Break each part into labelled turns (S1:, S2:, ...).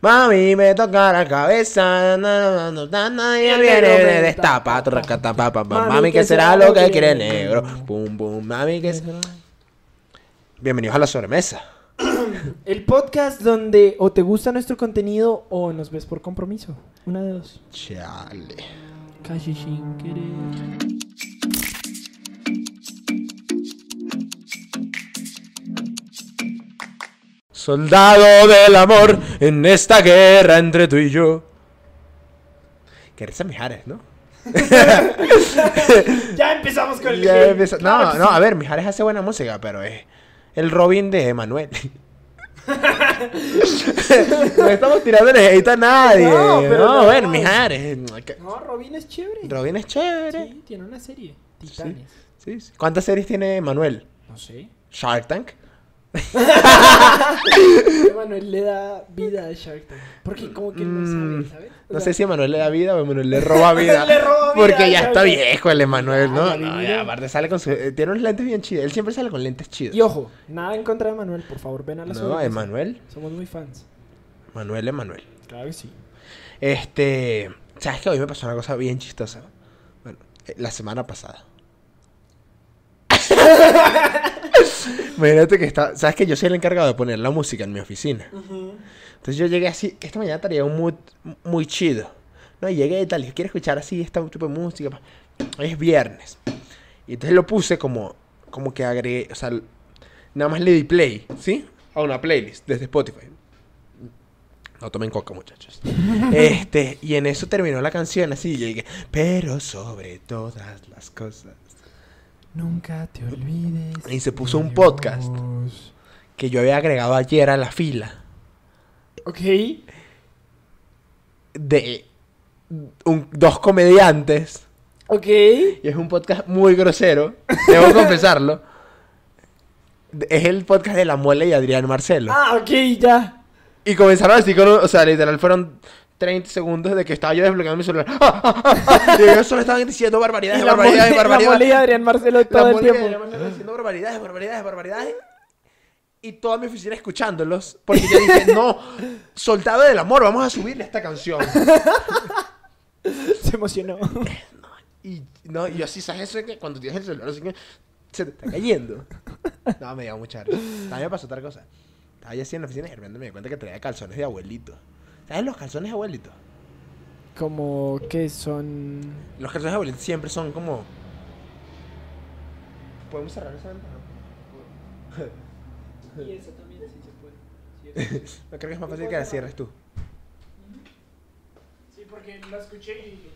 S1: Mami, me toca la cabeza. Na, na, na, na, na, y el viene de destapa. turraca, tapa, pa, pa. Mami, que será lo que quiere el negro. Pum, pum, mami, que será. Bienvenidos a la sobremesa.
S2: El podcast donde o te gusta nuestro contenido o nos ves por compromiso. Una de dos.
S1: Chale.
S2: Casi sin querer.
S1: Soldado del amor en esta guerra entre tú y yo. Que eres a Mijares, ¿no?
S2: Ya empezamos con el
S1: Ya
S2: clip.
S1: empieza-
S2: Claro
S1: No,
S2: que
S1: no,
S2: sí.
S1: a ver, Mijares hace buena música, pero es el Robin de Emanuel. no estamos tirando hate a nadie.
S2: No,
S1: No,
S2: pero
S1: a ver,
S2: no.
S1: Mijares. que-
S2: No, Robin es chévere.
S1: Robin es chévere.
S2: Sí, tiene una serie. Titanes.
S1: Sí, sí. ¿Cuántas series tiene Emanuel?
S2: No sé.
S1: Shark Tank.
S2: Manuel le da vida a Shark Tank. Porque como que no
S1: Mm,
S2: sabe, ¿sabes? O
S1: No
S2: sea,
S1: sé si Emanuel le da vida o Emanuel le roba vida.
S2: Le roba vida, Ah,
S1: Porque ya
S2: ya,
S1: está
S2: ya.
S1: viejo el Emanuel,
S2: Ya,
S1: ¿no?
S2: ya
S1: No,
S2: vivió.
S1: ya, aparte sale con su. eh, Tiene unos lentes bien chidos. Él siempre sale con lentes chidos.
S2: Y ojo, nada en contra de Manuel. Por favor, ven a la
S1: No,
S2: sobremesa.
S1: Emanuel.
S2: Somos muy fans.
S1: Manuel, Emanuel.
S2: Claro que sí.
S1: Este. ¿Sabes que hoy me pasó una cosa bien chistosa? Bueno, eh, la semana pasada. Imagínate que está. ¿Sabes que yo soy el encargado de poner la música en mi oficina? Entonces yo llegué así. Esta mañana traía un mood muy chido. No, y llegué y tal. Y quiero escuchar así esta tipo de música. pa. Hoy es viernes. Y entonces lo puse como. Como que agregué. O sea, nada más le di play, ¿sí? A una playlist desde Spotify. No tomen coca, muchachos. Este, y en eso terminó la canción así. Y llegué, pero sobre todas las cosas.
S2: Nunca te olvides.
S1: Y se puso
S2: de
S1: un podcast.
S2: Dios.
S1: Que yo había agregado ayer a la fila
S2: Ok.
S1: de un- dos comediantes.
S2: Ok.
S1: Y es un podcast muy grosero, debo confesarlo. Es el podcast de La Mole y Adrián Marcelo.
S2: Ah, ok, ya.
S1: Y comenzaron así con, un- o sea, literal fueron 30 segundos de que estaba yo desbloqueando mi celular. ¡Ah, ah, ah, ah! Y ellos solo estaban diciendo barbaridades,
S2: Y la
S1: barbaridades,
S2: mole, la
S1: barbaridades.
S2: mole y Adrián Marcelo
S1: La
S2: todo el
S1: mole
S2: tiempo.
S1: llaman haciendo barbaridades, barbaridades, barbaridades. Y toda mi oficina escuchándolos. Porque yo dije, no, soldado del amor, vamos a subirle esta canción.
S2: Se emocionó.
S1: Y, no, y yo así, ¿sabes eso? de Que cuando tienes el celular, así que se te está cayendo. No, me dio mucha risa. También me pasó otra cosa. Estaba yo así en la oficina y de repente me di cuenta que traía calzones de abuelito. ¿Sabes los calzones de abuelito?
S2: Como que son.
S1: Los calzones de abuelito siempre son como. ¿Podemos cerrar esa ventana?
S2: Y eso también sí se puede.
S1: No creo que es más fácil que la cierres tú.
S2: Sí, porque lo escuché y dije.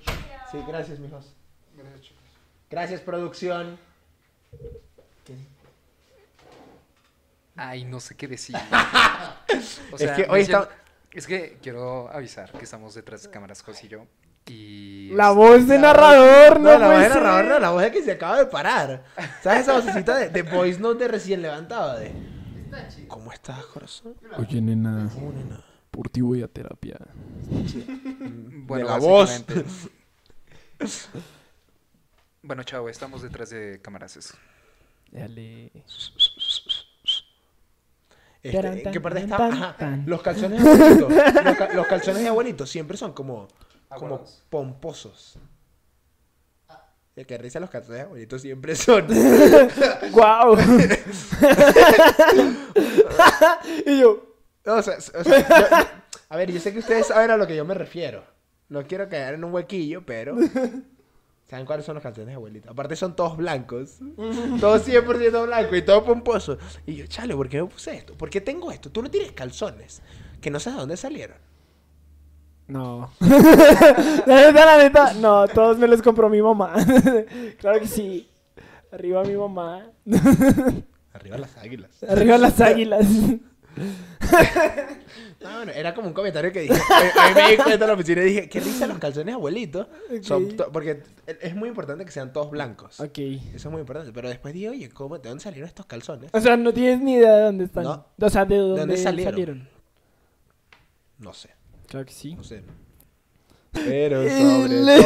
S1: Sí, gracias, mijos. Gracias, chicos. Gracias, producción.
S3: Ay, no sé qué decir. O
S1: Es
S3: sea,
S1: que
S3: me
S1: hoy
S3: siento-
S1: está-
S3: Es que quiero avisar que estamos detrás de cámaras, José y yo. Y...
S2: La
S3: este,
S2: voz de narrador, no,
S1: No, la voz
S2: puede
S1: de
S2: ser.
S1: narrador, no, la voz de que se acaba de parar. ¿Sabes esa vocecita de, de voice note de recién levantada? De... ¿Cómo estás, corazón?
S4: Oye, nena,
S1: Oh, nena.
S4: por ti voy a terapia.
S3: Bueno,
S1: de la voz.
S3: básicamente. Bueno, chao, estamos detrás de cámaras. Eso.
S2: Dale.
S1: Este,
S2: Taran,
S1: ¿En
S2: tan,
S1: qué parte
S2: tan,
S1: está?
S2: tan,
S1: Ajá,
S2: tan.
S1: Los calzones de abuelito. Los, ca- los calzones de abuelito siempre son como, como
S3: Aguados.
S1: pomposos. De que risa los calzones de abuelito siempre son.
S2: ¡Guau! y yo.
S1: No, o sea, o sea, yo- a ver, yo sé que ustedes saben a lo que yo me refiero. No quiero caer en un huequillo, pero... ¿Saben cuáles son los calzones de abuelito? Aparte son todos blancos. Todos 100% blancos y todo pomposo. Y yo, chale, ¿por qué me puse esto? ¿Por qué tengo esto? Tú no tienes calzones. Que no sabes de dónde salieron.
S2: No. la neta, la neta. No, todos me los compró mi mamá. claro que sí. Arriba mi mamá.
S1: Arriba las águilas.
S2: Arriba las águilas.
S1: No, bueno, era como un comentario que dije. eh, A mí me di cuenta en la oficina y dije, qué risa los calzones abuelitos. Son
S2: Ok.
S1: to- porque e, es muy importante que sean todos blancos.
S2: ok.
S1: Eso es muy importante. Pero después dije, oye, ¿cómo, ¿de dónde salieron estos calzones?
S2: O sea, no tienes ni idea de dónde están.
S1: No.
S2: O sea, de dónde,
S1: dónde salieron?
S2: salieron?
S1: No sé,
S2: Claro que sí.
S1: no sé. Pero
S2: Le-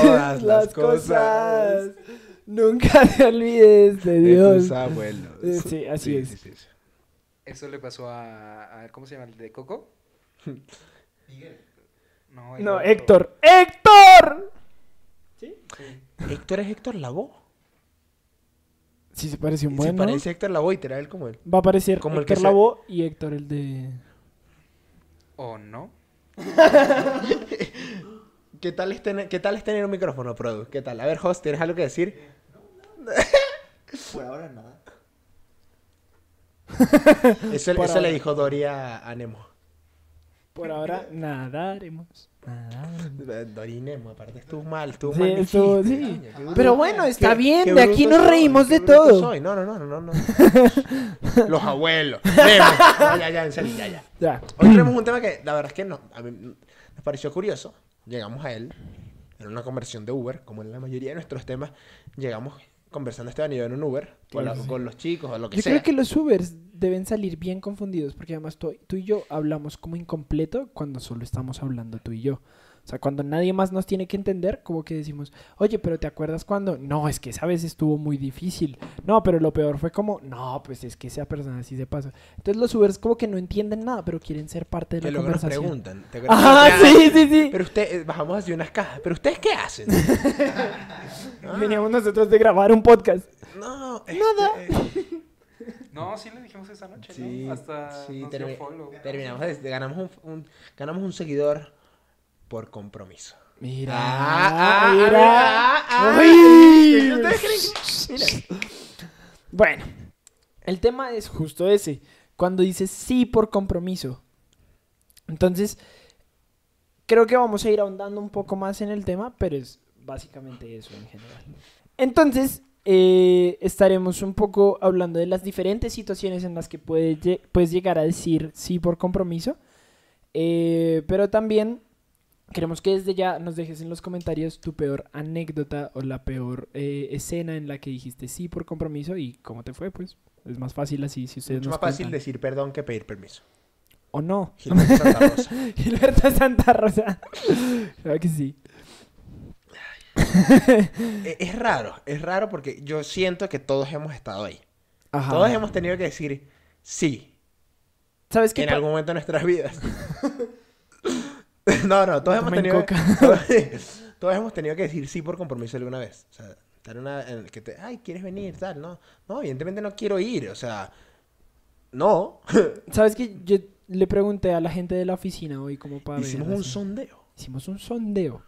S2: Nunca te olvides de
S1: de
S2: Dios.
S1: tus abuelos.
S2: Eh, sí, así es.
S1: sí, sí.
S3: Eso le pasó a, a- ¿Cómo se llama? ¿El de Coco? No, el
S2: No,
S3: otro.
S2: Héctor. ¡Héctor! ¿Sí?
S3: Sí.
S1: Héctor es Héctor Lavoe.
S4: Sí se parece un
S1: Se
S4: buen, ¿no?
S1: parece a Héctor Lavoe y era él como él.
S2: Va a aparecer
S1: Como el
S2: Héctor
S1: que se-
S2: Lavoe y Héctor, el de...
S3: ¿O no?
S1: ¿Qué tal, es tener, ¿Qué tal es tener un micrófono, Produ? ¿Qué tal? A ver, host, ¿tienes algo que decir?
S5: Por ahora nada.
S1: Eso,
S2: Por
S1: eso le
S2: ahora.
S1: dijo Doria a Nemo.
S2: Por ahora, nadaremos. nadaremos.
S1: Doria y Nemo, aparte estuvo mal, estuvo
S2: Sí,
S1: mal. mi
S2: estuvo-
S1: chiste,
S2: sí.
S1: coño, qué bruto.
S2: Pero bueno, está
S1: Qué-
S2: bien,
S1: qué
S2: de aquí
S1: bruto
S2: nos
S1: soy,
S2: reín-mos
S1: qué
S2: de
S1: bruto
S2: todo.
S1: soy. No, no, no, no, no. no. Los abuelos. Nemo. No, ya, ya, en serio, ya, ya.
S2: Ya.
S1: Hoy tenemos un tema que la verdad es que no, a mí nos pareció curioso. Llegamos a él en una conversión de Uber, como en la mayoría de nuestros temas, llegamos conversando este año en un Uber, con,
S4: Claro,
S1: la-
S4: sí.
S1: con los chicos o lo que
S2: Yo
S1: sea.
S2: creo que los Ubers deben salir bien confundidos porque además tú, tú y yo hablamos como incompleto cuando solo estamos hablando tú y yo. O sea, cuando nadie más nos tiene que entender, como que decimos, oye, pero ¿te acuerdas cuando? No, es que esa vez estuvo muy difícil. No, pero lo peor fue como, no, pues es que esa persona sí se pasa. Entonces los Ubers como que no entienden nada, pero quieren ser parte de
S1: Que
S2: la
S1: luego nos
S2: conversación.
S1: preguntan. ¿te acuerdas?
S2: Ajá,
S1: Ya,
S2: sí, sí, sí.
S1: Pero ustedes, bajamos así unas cajas, pero ¿ustedes qué hacen? Ah,
S2: Veníamos nosotros de grabar un podcast.
S1: no,
S2: Nada.
S1: este,
S3: No, sí le dijimos esa noche,
S1: Sí,
S3: ¿no? Hasta
S1: sí,
S3: nos dio
S1: termi-
S3: follow.
S1: terminamos, este, ganamos un, un- ganamos un seguidor por compromiso.
S2: Mira,
S1: Ah, ah,
S2: mira.
S1: ah, ah, ah.
S2: Uy.
S1: ¿Ustedes creen que- Mira.
S2: Bueno, el tema es justo ese. Cuando dices sí por compromiso. Entonces, creo que vamos a ir ahondando un poco más en el tema, pero es básicamente eso en general. Entonces, eh, estaremos un poco hablando de las diferentes situaciones en las que puede lle- puedes llegar a decir sí por compromiso. Eh, pero también queremos que desde ya nos dejes en los comentarios tu peor anécdota o la peor eh, escena en la que dijiste sí por compromiso y cómo te fue, pues. Es más fácil así si ustedes
S1: Es
S2: nos
S1: más fácil
S2: cuentan.
S1: decir perdón que pedir permiso.
S2: O no.
S1: Gilberto Santa Rosa.
S2: Gilberto Santa Rosa. claro que sí.
S1: Eh, Es raro, es raro porque yo siento que todos hemos estado ahí.
S2: Ajá.
S1: Todos hemos tenido que decir sí
S2: ¿Sabes qué?
S1: en
S2: pa-
S1: algún momento de nuestras vidas. no, no, todos hemos
S2: Tomen
S1: tenido
S2: coca.
S1: todos, hemos tenido que decir sí por compromiso alguna vez. O sea, estar en una en que te, ay, ¿quieres venir? tal, no. No, evidentemente no quiero ir, o sea, no.
S2: ¿Sabes qué? Yo le pregunté a la gente de la oficina hoy como para ver,
S1: Hicimos un
S2: así.
S1: sondeo.
S2: Hicimos un sondeo.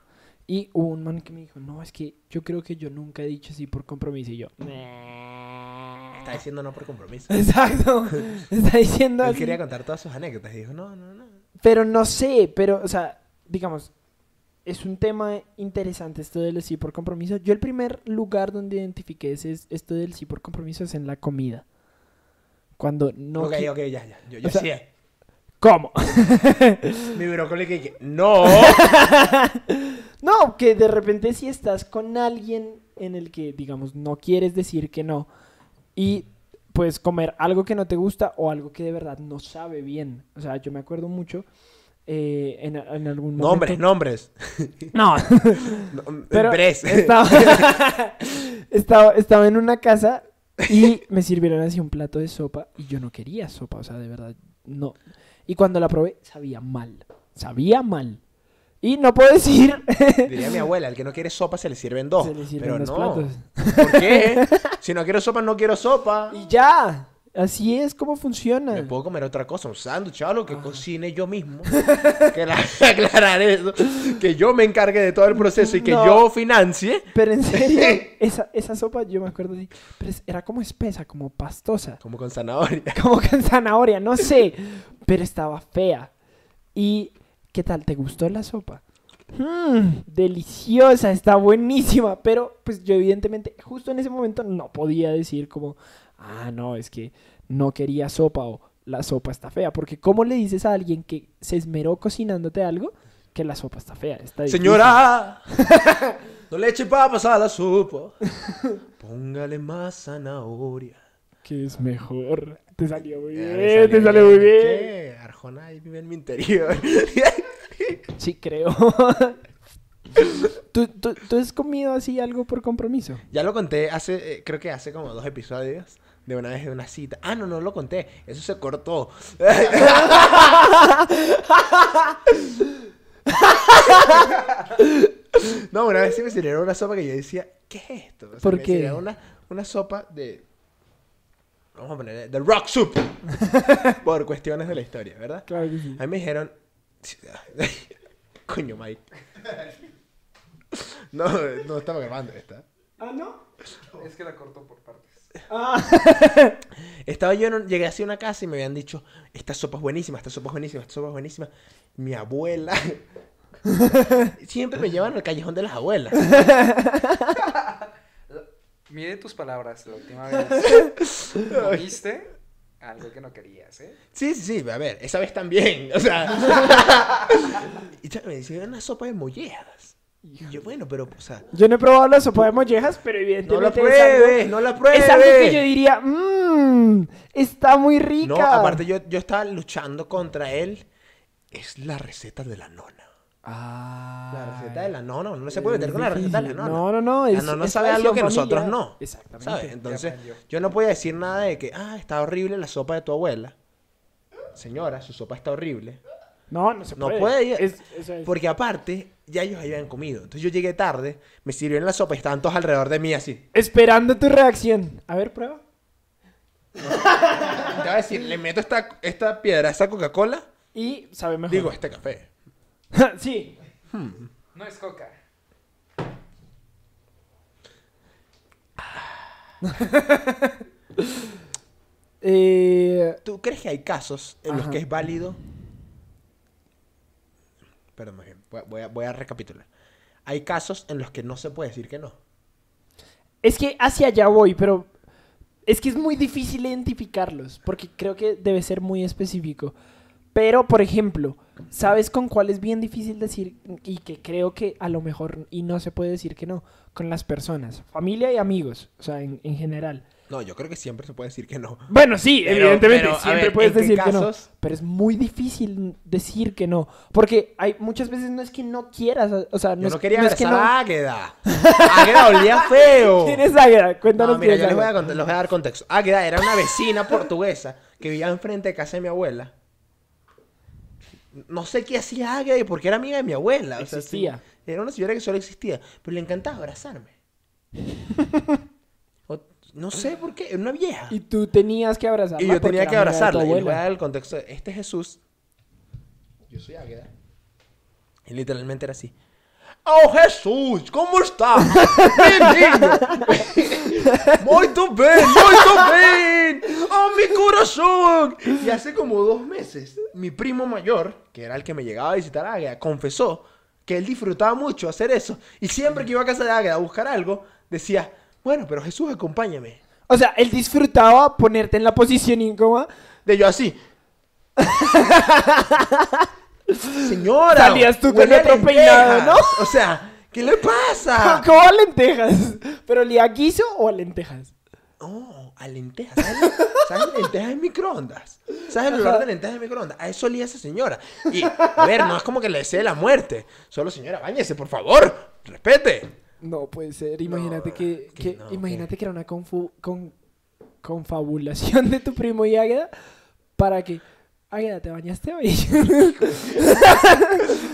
S2: Y hubo un man que me dijo, no, es que yo creo que yo nunca he dicho sí por compromiso. Y yo,
S1: Está diciendo no por compromiso.
S2: exacto. Está diciendo
S1: Él
S2: así.
S1: quería contar todas sus anécdotas y dijo, "No, no, no."
S2: Pero no sé, pero, o sea, digamos, es un tema interesante esto del sí por compromiso. Yo el primer lugar donde identifiqué ese, es- esto del sí por compromiso es en la comida. Cuando no...
S1: ok,
S2: qui-
S1: ok, ya, ya. Yo, yo
S2: O sea-
S1: sí. eh.
S2: ¿Cómo?
S1: Mi brócoli que que- no.
S2: No, que de repente si estás con alguien en el que, digamos, no quieres decir que no y pues comer algo que no te gusta o algo que de verdad no sabe bien. O sea, yo me acuerdo mucho eh, en, en algún momento...
S1: Nombres, nombres. Mm,
S2: No, Pero
S1: Nombres.
S2: estaba, estaba, estaba en una casa y me sirvieron así un plato de sopa y yo no quería sopa, o sea, de verdad, no. Y cuando la probé, sabía mal, sabía mal. Y no puedo decir...
S1: Diría mi abuela, el que no quiere sopa se le sirven dos.
S2: Se le sirven
S1: pero
S2: los
S1: no.
S2: platos.
S1: ¿Por qué? Si no quiero sopa, no quiero sopa.
S2: Y ya, así es como funciona.
S1: Me puedo comer otra cosa, un sándwich, algo
S2: Ah.
S1: que cocine yo mismo. que la- aclarar eso. Que yo me encargue de todo el proceso y que
S2: No.
S1: yo financie.
S2: Pero en serio, esa, esa sopa yo me acuerdo así, pero es- era como espesa, como pastosa.
S1: Como con zanahoria.
S2: como con zanahoria, no sé, pero estaba fea. ¿Y qué tal? ¿Te gustó la sopa? Mm, deliciosa, está buenísima, pero pues yo evidentemente justo en ese momento no podía decir como, ah, no, es que no quería sopa o la sopa está fea, porque ¿cómo le dices a alguien que se esmeró cocinándote algo que la sopa está fea? Está difícil?
S1: Señora, no le eche papas a la sopa. Póngale más zanahoria.
S4: Que es mejor.
S2: Te salió muy bien,
S1: Ya me
S2: te
S1: salió
S2: salió muy bien.
S1: ¿Qué? Arjona ahí vive en mi interior.
S2: Sí, creo. ¿Tú, tú, tú has comido así algo por compromiso?
S1: Ya lo conté hace, eh, creo que hace como dos episodios, de una vez de una cita. Ah, no, no lo conté. Eso se cortó. no, una vez sí me sirvieron una sopa que yo decía, ¿qué es esto? O sea,
S2: ¿Por
S1: me
S2: qué?
S1: sirvieron Una, una sopa de... Vamos a poner The Rock Soup. Por cuestiones de la historia, ¿verdad?
S4: Claro que sí.
S1: A mí me dijeron. Coño, Mike. No, no estaba grabando esta.
S2: Ah, no.
S3: Es que la cortó por partes.
S1: Estaba yo, en un- llegué así a una casa y me habían dicho: Esta sopa es buenísima, esta sopa es buenísima, esta sopa es buenísima. Mi abuela. Siempre me llevan al callejón de las abuelas.
S3: Mide tus palabras la última vez. Comiste algo que no querías, ¿eh?
S1: Sí, sí, sí, a ver, esa vez también. O sea. Y chamo, me decían una sopa de mollejas. Y yo, bueno, pero, o sea.
S2: Yo no he probado la sopa de mollejas, pero
S1: No la
S2: evidentemente es algo-
S1: pruebes, no la pruebes.
S2: Es algo que yo diría, mmm, está muy rica.
S1: No, aparte yo, yo estaba luchando contra él. Es la receta de la nona.
S2: Ah.
S1: La receta de la nona. Uno no se puede meter con la receta de la nona.
S2: No, no, no.
S1: La
S2: es-
S1: nona
S2: es
S1: sabe algo que
S2: tradición
S1: nosotros
S2: familiar.
S1: no.
S2: Exactamente.
S1: ¿Sabes? Entonces,
S3: aprendió.
S1: yo no podía decir nada de que, ah, está horrible la sopa de tu abuela. Señora, su sopa está horrible.
S2: No, no se
S1: No
S2: puede.
S1: puede.
S2: Es- eso es.
S1: Porque aparte, ya ellos habían comido. Entonces yo llegué tarde, me sirvieron la sopa y estaban todos alrededor de mí así.
S2: Esperando tu reacción. A ver, prueba.
S1: Te voy a decir, le meto esta, esta piedra a esta Coca-Cola,
S2: Y sabe mejor.
S1: digo, este café.
S2: sí.
S3: No es coca.
S2: Eh,
S1: ¿Tú crees que hay casos en los
S2: Ajá.
S1: que es válido? Perdón, más bien, voy a, voy a- voy a recapitular. Hay casos en los que no se puede decir que no.
S2: es que hacia allá voy, pero es que es muy difícil identificarlos, porque creo que debe ser muy específico. Pero, por ejemplo, ¿sabes con cuál es bien difícil decir y que creo que a lo mejor y no se puede decir que no? Con las personas, familia y amigos, o sea, en, en general.
S1: No, yo creo que siempre se puede decir que no.
S2: Bueno, sí,
S1: Pero-
S2: evidentemente,
S1: pero, a
S2: siempre
S1: ver,
S2: puedes
S1: ¿en qué
S2: decir que no.
S1: casos?
S2: Pero es muy difícil decir que no. Porque hay muchas veces no es que no quieras, o sea, no,
S1: Yo
S2: es-
S1: no quería
S2: no es que
S1: besar
S2: no.
S1: a Águeda. Águeda olía feo.
S2: ¿Quién es Águeda? Cuéntanos
S1: No, mira,
S2: quién
S1: yo
S2: es
S1: les voy, a,
S2: Águeda.
S1: cont- les voy a dar contexto. Águeda era una vecina portuguesa que vivía enfrente de casa de mi abuela. No sé qué hacía Águeda y por qué era amiga de mi abuela. O sea, sí,
S2: Existía.
S1: era una señora que solo existía, pero le encantaba abrazarme. O- no sé por qué, era una vieja.
S2: Y tú tenías que abrazarla.
S1: Y yo
S2: porque
S1: tenía
S2: era
S1: que
S2: amiga de tu
S1: abrazarla. Y le voy a
S2: abuela.
S1: dar el contexto. de, Este es Jesús. Yo soy Águeda. Y literalmente era así. ¡Oh, Jesús! ¿Cómo está? ¡Bienvenido! ¡Muy bien! ¡Muy bien! ¡Oh, mi corazón! Y hace como dos meses, mi primo mayor, que era el que me llegaba a visitar a Águeda, confesó que él disfrutaba mucho hacer eso. Y siempre que iba a casa de Águeda a buscar algo, decía, bueno, pero Jesús, acompáñame.
S2: O sea, él disfrutaba ponerte en la posición incómoda.
S1: De yo así. Señora.
S2: Salías tú con
S1: huele a
S2: otro peinado,
S1: lentejas.
S2: ¿no?
S1: O sea, ¿qué le pasa?
S2: ¿Cómo a lentejas? ¿Pero le a guiso o a lentejas?
S1: No, Oh, a lentejas. ¿Sabes, ¿Sabes lentejas en microondas? ¿Sabes el olor de lentejas en microondas? A eso olía esa señora. Y, a ver, no es como que le desee la muerte. Solo, señora, báñese, por favor. Respete.
S2: No puede ser. Imagínate que,
S1: que
S2: que-
S1: no,
S2: imagínate
S1: que-
S2: que era una confu- con- confabulación de tu primo y Águeda para que Águeda te bañaste hoy.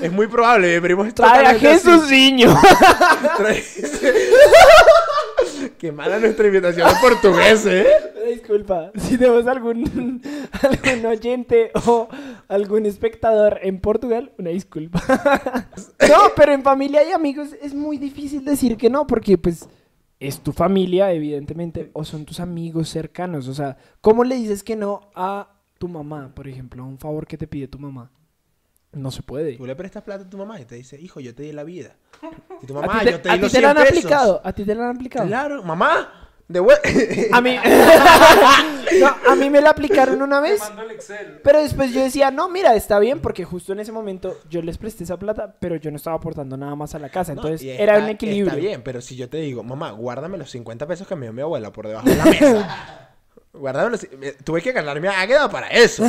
S1: Es muy probable, mi primo es
S2: Trae a
S1: totalmente así.
S2: Jesús niño.
S1: Trae- Qué mala nuestra invitación de portugués, ¿eh?
S2: Disculpa, si tenemos algún, algún oyente o algún espectador en Portugal, una disculpa. No, pero en familia y amigos es muy difícil decir que no, porque pues es tu familia, evidentemente, o son tus amigos cercanos. O sea, ¿cómo le dices que no a tu mamá, por ejemplo, a un favor que te pide tu mamá? No se puede.
S1: Tú le prestas plata a tu mamá y te dice, hijo, yo te di la vida. Y tu
S2: ¿A
S1: mamá,
S2: ti te-
S1: yo te
S2: a
S1: di
S2: ti
S1: los
S2: te la
S1: 100
S2: han
S1: pesos".
S2: aplicado? ¿A ti te la han aplicado?
S1: Claro, mamá, de vuel-
S2: A mí... No, a mí me la aplicaron una
S3: Te
S2: vez.
S3: mando el Excel.
S2: Pero después yo decía, no, mira, está bien, porque justo en ese momento yo les presté esa plata, pero yo no estaba aportando nada más a la casa.
S1: No,
S2: Entonces
S1: y
S2: era
S1: está-
S2: un equilibrio.
S1: Está bien, pero si yo te digo, mamá, guárdame los 50 pesos que me dio mi abuela por debajo de la mesa. guárdame los... me- Tuve que ganarme a Águeda para eso.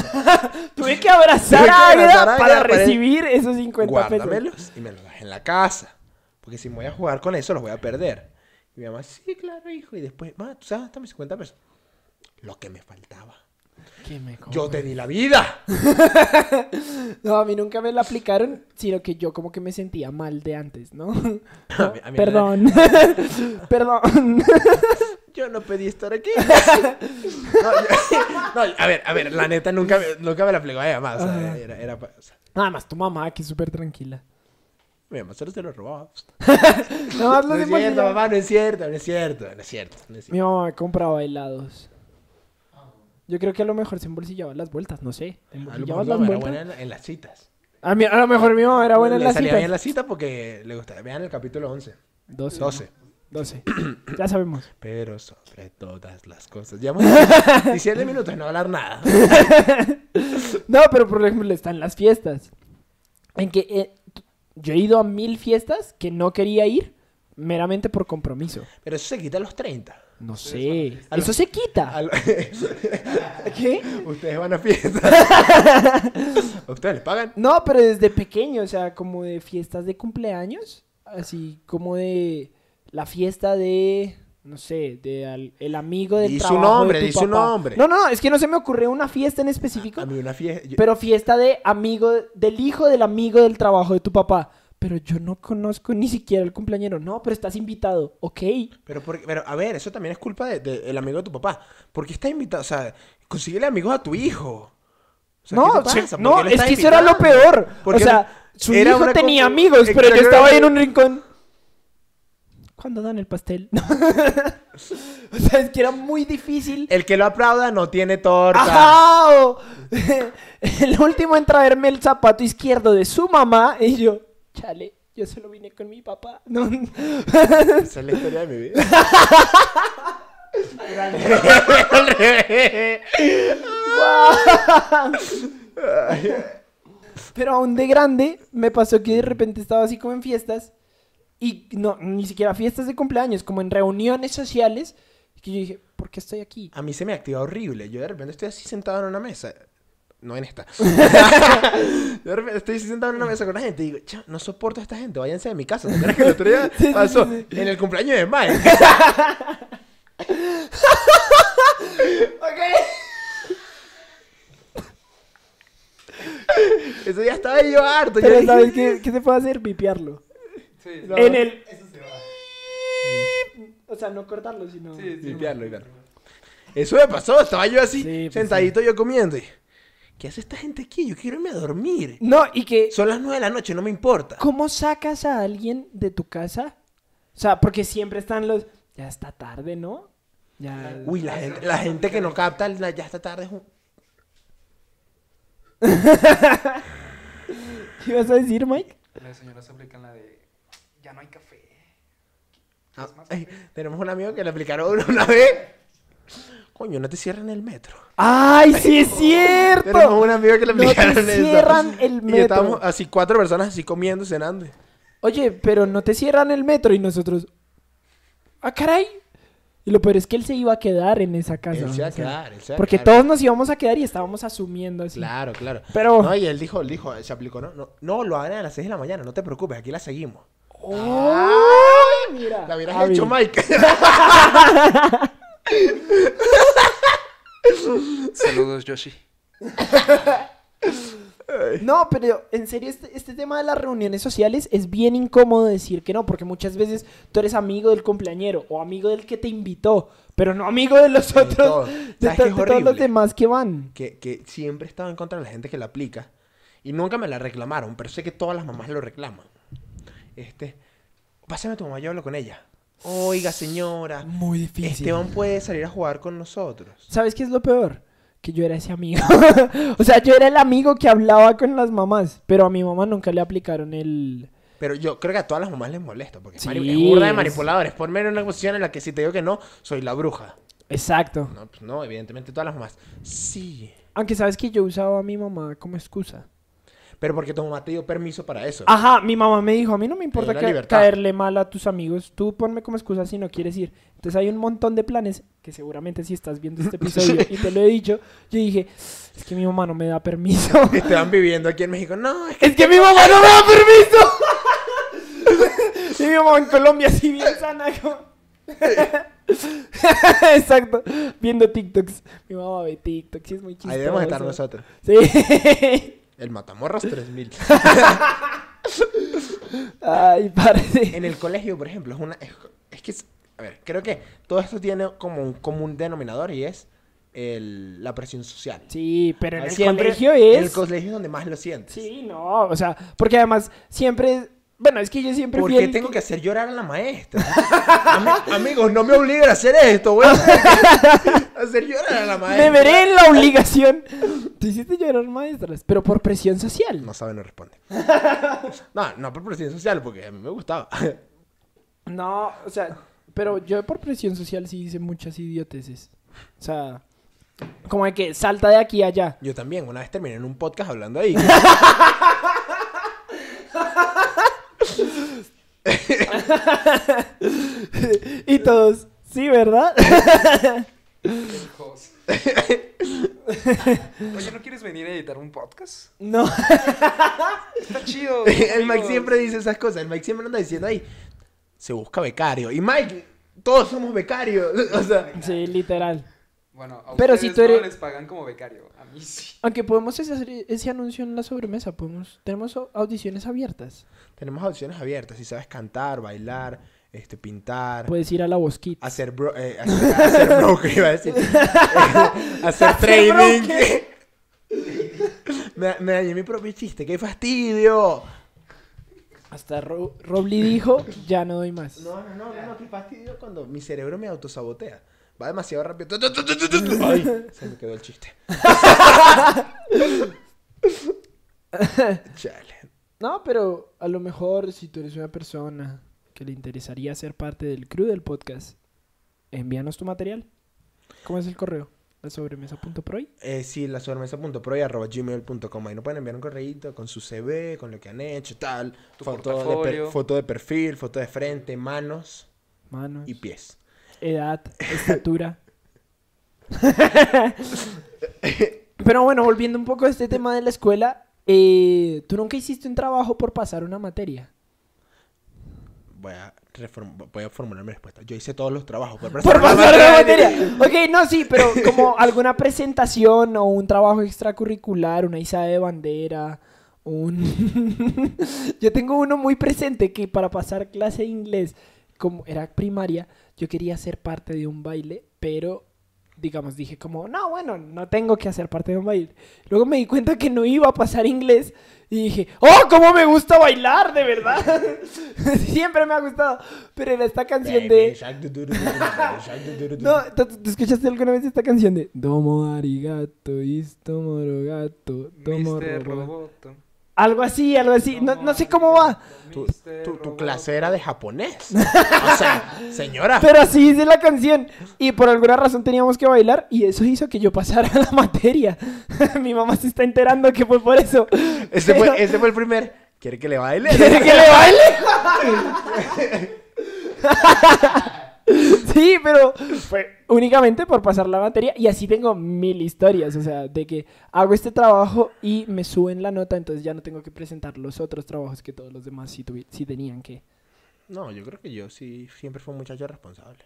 S2: Tuve que abrazar
S1: Tuve que abrazar
S2: a
S1: a
S2: Águeda
S1: Águeda
S2: para
S1: para-
S2: recibir esos 50 pesos.
S1: Guárdamelos y me los das en la casa. Porque si me voy a jugar con eso, los voy a perder. Y mi mamá, sí, claro, hijo. Y después, mamá, ¿tú sabes? Están mis 50 pesos. lo que me faltaba.
S2: Qué mejor.
S1: Yo te di la vida.
S2: No, a mí nunca me la aplicaron, sino que yo como que me sentía mal de antes, ¿no?
S1: A mí- a mí-
S2: Perdón. Perdón.
S1: Yo no pedí estar aquí. No, yo- no, a ver, a ver, la neta nunca, me- nunca me la aplicó a mi mamá. O sea, era, era pa- o sea,
S2: Nada más tu mamá, que es súper tranquila.
S1: mi mamá solo se lo robaba.
S2: Pues Nada más
S1: No
S2: los
S1: es cierto,
S2: envolvía.
S1: mamá, no es cierto, no es cierto, no es cierto. no es
S2: Mi
S1: cierto.
S2: mamá me compraba helados. Yo creo que a lo mejor se embolsillaba las vueltas, no sé.
S1: A lo
S2: Embolsillaba
S1: mejor
S2: las
S1: no, era
S2: vueltas.
S1: buena en, la- en las citas.
S2: A, mí- a lo mejor mi mamá era buena en
S1: Le
S2: las
S1: salía
S2: citas.
S1: bien la cita porque le gustaba. Vean el capítulo 11.
S2: 12.
S1: 12.
S2: 12. ya sabemos.
S1: Pero sobre todas las cosas. Llevamos 17 minutos de no hablar nada.
S2: No, pero por ejemplo están las fiestas. En que eh, t- yo he ido a mil fiestas que no quería ir meramente por compromiso.
S1: Pero eso se quita a los 30.
S2: No sé.
S1: A lo-
S2: Eso se quita.
S1: A lo-
S2: ¿Qué?
S1: Ustedes van a fiestas. Ustedes les pagan.
S2: No, pero desde pequeño, o sea, como de fiestas de cumpleaños, así como de la fiesta de, no sé, de al- el amigo del
S1: Di su
S2: trabajo
S1: nombre,
S2: de tu
S1: di su
S2: papá.
S1: nombre.
S2: No, no, no, es que no se me ocurrió una fiesta en específico,
S1: A mí una fiesta. yo-
S2: pero fiesta de amigo del hijo del amigo del trabajo de tu papá. Pero yo no conozco ni siquiera el cumpleañero. No, pero estás invitado. Ok.
S1: Pero, por- pero, a ver, eso también es culpa del de, del amigo de tu papá. Porque está invitado, o sea, consíguele amigos a tu hijo. O sea, ¿qué
S2: no,
S1: te
S2: se-
S1: pasa? ¿Por
S2: no,
S1: qué le
S2: es
S1: estás
S2: que eso era lo
S1: invitando?
S2: peor.
S1: ¿Por
S2: O
S1: qué
S2: sea, su
S1: era
S2: hijo
S1: una
S2: tenía
S1: cosa-
S2: amigos, pero yo
S1: Exacto,
S2: estaba ahí
S1: era-
S2: en un rincón. ¿Cuándo dan el pastel? o sea, es que era muy difícil.
S1: El que lo aplauda no tiene torta.
S2: ¡Ajá! O- el último en traerme el zapato izquierdo de su mamá y yo, chale, yo solo vine con mi papá. No.
S1: Esa es la historia de mi vida. Al revés.
S2: Pero aún de grande me pasó que de repente estaba así como en fiestas y no, ni siquiera fiestas de cumpleaños, como en reuniones sociales, que yo dije, ¿por qué estoy aquí?
S1: A mí se me activa horrible. Yo de repente estoy así sentado en una mesa. No en esta. Yo de repente estoy así sentado en una mesa con la gente y digo, "Cha, no soporto a esta gente, váyanse de mi casa. ¿Te acuerdas que el otro día pasó en el cumpleaños de Mike? Ese día estaba yo harto. yo
S2: Pero
S1: dije,
S2: ¿sabes qué, qué se puede hacer? Vipearlo.
S3: Sí,
S1: No.
S2: En el...
S5: Eso se va.
S2: O sea, no cortarlo, sino...
S3: sí, sí.
S1: Limpiarlo, limpiarlo. Eso me pasó, estaba yo así,
S2: Sí, pues
S1: sentadito yo comiendo. y, ¿Qué hace esta gente aquí? Yo quiero irme a dormir.
S2: No, y que...
S1: Son las nueve de la noche, no me importa.
S2: ¿Cómo sacas a alguien de tu casa? O sea, porque siempre están los... Ya está tarde, ¿no? Ya...
S1: Uy, la gente, la gente que no capta la- ya esta tarde es un...
S2: ¿Qué ibas a decir, Mike?
S3: Las señoras aplican la de. Ya no hay café.
S1: Ah,
S3: ¿Quieres más
S1: ay,
S3: café?"
S1: tenemos un amigo que le aplicaron una- una vez. Coño, no te cierran el metro.
S2: ¡Ay, sí es cierto!
S1: Tenemos un amigo que le
S2: No te
S1: aplicaron eso.
S2: cierran el
S1: Y
S2: metro.
S1: estábamos así cuatro personas así comiendo, cenando.
S2: Oye, pero no te cierran el metro y nosotros. ¡Ah, caray! Y lo peor es que él se iba a quedar en esa casa.
S1: Él se va a
S2: o sea,
S1: quedar, él se va a
S2: Porque
S1: quedar.
S2: todos nos íbamos a quedar y estábamos asumiendo así.
S1: Claro, claro.
S2: Pero-
S1: No, y él dijo, él dijo, se aplicó, no, no, no, lo harán a las 6 de la mañana, no te preocupes, aquí la seguimos.
S2: ¡Ay, mira!
S1: La hubieras
S2: Javi.
S1: hecho, Mike.
S3: Saludos, Yoshi.
S2: No, pero en serio, este, este tema de las reuniones sociales es bien incómodo decir que no, porque muchas veces tú eres amigo del cumpleañero o amigo del que te invitó, pero no amigo de los otros,
S1: todo.
S2: de,
S1: ¿Sabes
S2: to-
S1: qué es
S2: de todos los
S1: horrible?
S2: demás que van.
S1: que, que siempre estaba en contra de la gente que la aplica y nunca me la reclamaron, pero sé que todas las mamás lo reclaman. Este, pásame a tu mamá, yo hablo con ella. Oiga, señora,
S2: Muy difícil.
S1: Esteban puede salir a jugar con nosotros.
S2: ¿Sabes qué es lo peor? Que yo era ese amigo. o sea, yo era el amigo que hablaba con las mamás, pero a mi mamá nunca le aplicaron el...
S1: Pero yo creo que a todas las mamás les molesta, porque es mari-
S2: Sí,
S1: es burda de
S2: es-
S1: manipuladores. Ponme en una posición en la que si te digo que no, soy la bruja.
S2: Exacto.
S1: No, pues no, evidentemente todas las mamás. Sí.
S2: Aunque sabes que yo usaba a mi mamá como excusa.
S1: Pero porque tu mamá te dio permiso para eso.
S2: Ajá, mi mamá me dijo, a mí no me importa
S1: la
S2: ca-
S1: libertad.
S2: caerle mal a tus amigos, tú ponme como excusa si no quieres ir. Entonces hay un montón de planes, que seguramente si estás viendo este episodio y te lo he dicho, yo dije, es que mi mamá no me da permiso.
S1: Esteban viviendo aquí en México. No, es que
S2: Es que mi mamá no me da permiso. y mi mamá en Colombia, así bien sana. como- Exacto. Viendo TikToks. Mi mamá ve TikToks y es muy chistoso.
S1: Ahí debemos estar nosotros.
S2: Sí.
S1: El Matamorras 3000.
S2: Ay, parece.
S1: en el colegio, por ejemplo, es una. Es, es que. es- a ver, creo que todo esto tiene como un común denominador y es el- la presión social.
S2: Sí, pero en el
S1: Siempre
S2: colegio
S1: En el
S2: es...
S1: colegio es donde más lo sientes.
S2: Sí, no, o sea, porque además siempre... Bueno, es que yo siempre
S1: ¿Por
S2: fui
S1: qué
S2: el-
S1: tengo que hacer llorar a la maestra? Ami- amigos, no me obliguen a hacer esto, güey. hacer llorar a la maestra.
S2: Me veré en la obligación. Te hiciste llorar, maestras, pero por presión social.
S1: No sabe, no responde. No, no por presión social, porque a mí me gustaba.
S2: No, o sea, pero yo por presión social sí hice muchas idioteces. O sea, como de que salta de aquí a allá.
S1: Yo también, una vez terminé en un podcast hablando ahí.
S2: y todos, sí, ¿verdad?
S3: pendejos. Oye, ¿no quieres venir a editar un podcast?
S2: no.
S3: Está chido.
S1: El Mike
S3: amigos.
S1: siempre dice esas cosas. El Mike siempre anda diciendo ahí, se busca becario. Y Mike, todos somos becarios. O sea,
S2: Sí, literal.
S3: Bueno, a
S2: Pero
S3: Pero
S2: si
S3: si
S2: tú eres-
S3: no les pagan como becario. A mí sí.
S2: Aunque podemos ese- hacer ese anuncio en la sobremesa, podemos, tenemos au- audiciones abiertas.
S1: tenemos opciones abiertas. Si sabes cantar, bailar, este, pintar,
S2: Puedes ir a la bosquita.
S1: hacer bro... eh, hacer, hacer broker, iba a decir. hacer training. me, me dañé mi propio chiste. ¡Qué fastidio!
S2: Hasta Ro- Robly dijo, ya no doy más.
S1: No, no, no, no, no, qué fastidio cuando mi cerebro me autosabotea. Va demasiado rápido. Tu, tu, tu, tu, tu, tu. Ay, se me quedó el chiste. Chale.
S2: No, pero a lo mejor si tú eres una persona que le interesaría ser parte del crew del podcast, envíanos tu material. ¿Cómo es el correo? La sobremesa.proy.
S1: Eh, sí, la sobremesa.pro y arroba gmail.com. Ahí no pueden enviar un correíto con su CV, con lo que han hecho, tal.
S3: Tu
S1: Foto de,
S3: portafolio.
S1: foto de perfil, foto de frente, manos
S2: Manos,
S1: y pies.
S2: edad, estatura. pero bueno, volviendo un poco a este tema de la escuela, eh, tú nunca hiciste un trabajo por pasar una materia.
S1: Voy a, reform- voy a formular mi respuesta. Yo hice todos los trabajos. Por
S2: Por
S1: la
S2: pasar una
S1: materia.
S2: materia. Ok, no, sí, pero como alguna presentación o un trabajo extracurricular, una izada de bandera, un... yo tengo uno muy presente que para pasar clase de inglés, como era primaria, yo quería ser parte de un baile, pero digamos, dije como, no, bueno, no tengo que hacer parte de un baile. Luego me di cuenta que no iba a pasar inglés y dije, oh, cómo me gusta bailar, de verdad. Siempre me ha gustado, pero era esta canción de... No, ¿tú, tú- tú escuchaste alguna vez esta canción de Domo arigato, istomoro gato, tomo
S3: Mr.
S2: robo"?
S3: Roboto.
S2: Algo así, algo así. No, no sé cómo va,
S1: Tu,
S3: Mr.
S1: tu- tu
S3: Roboto.
S1: clase era de japonés. O sea, señora.
S2: pero así dice la canción. Y por alguna razón teníamos que bailar y eso hizo que yo pasara la materia. Mi mamá se está enterando que fue por eso.
S1: Ese
S2: Pero-
S1: fue, ese fue el primer. ¿Quiere que le baile?
S2: ¿Quiere que le baile? sí, pero fue únicamente por pasar la materia. Y así tengo mil historias. O sea, de que hago este trabajo y me suben la nota. Entonces ya no tengo que presentar los otros trabajos que todos los demás sí, tuvi- sí tenían que.
S1: No, yo creo que yo sí siempre fui un muchacho responsable.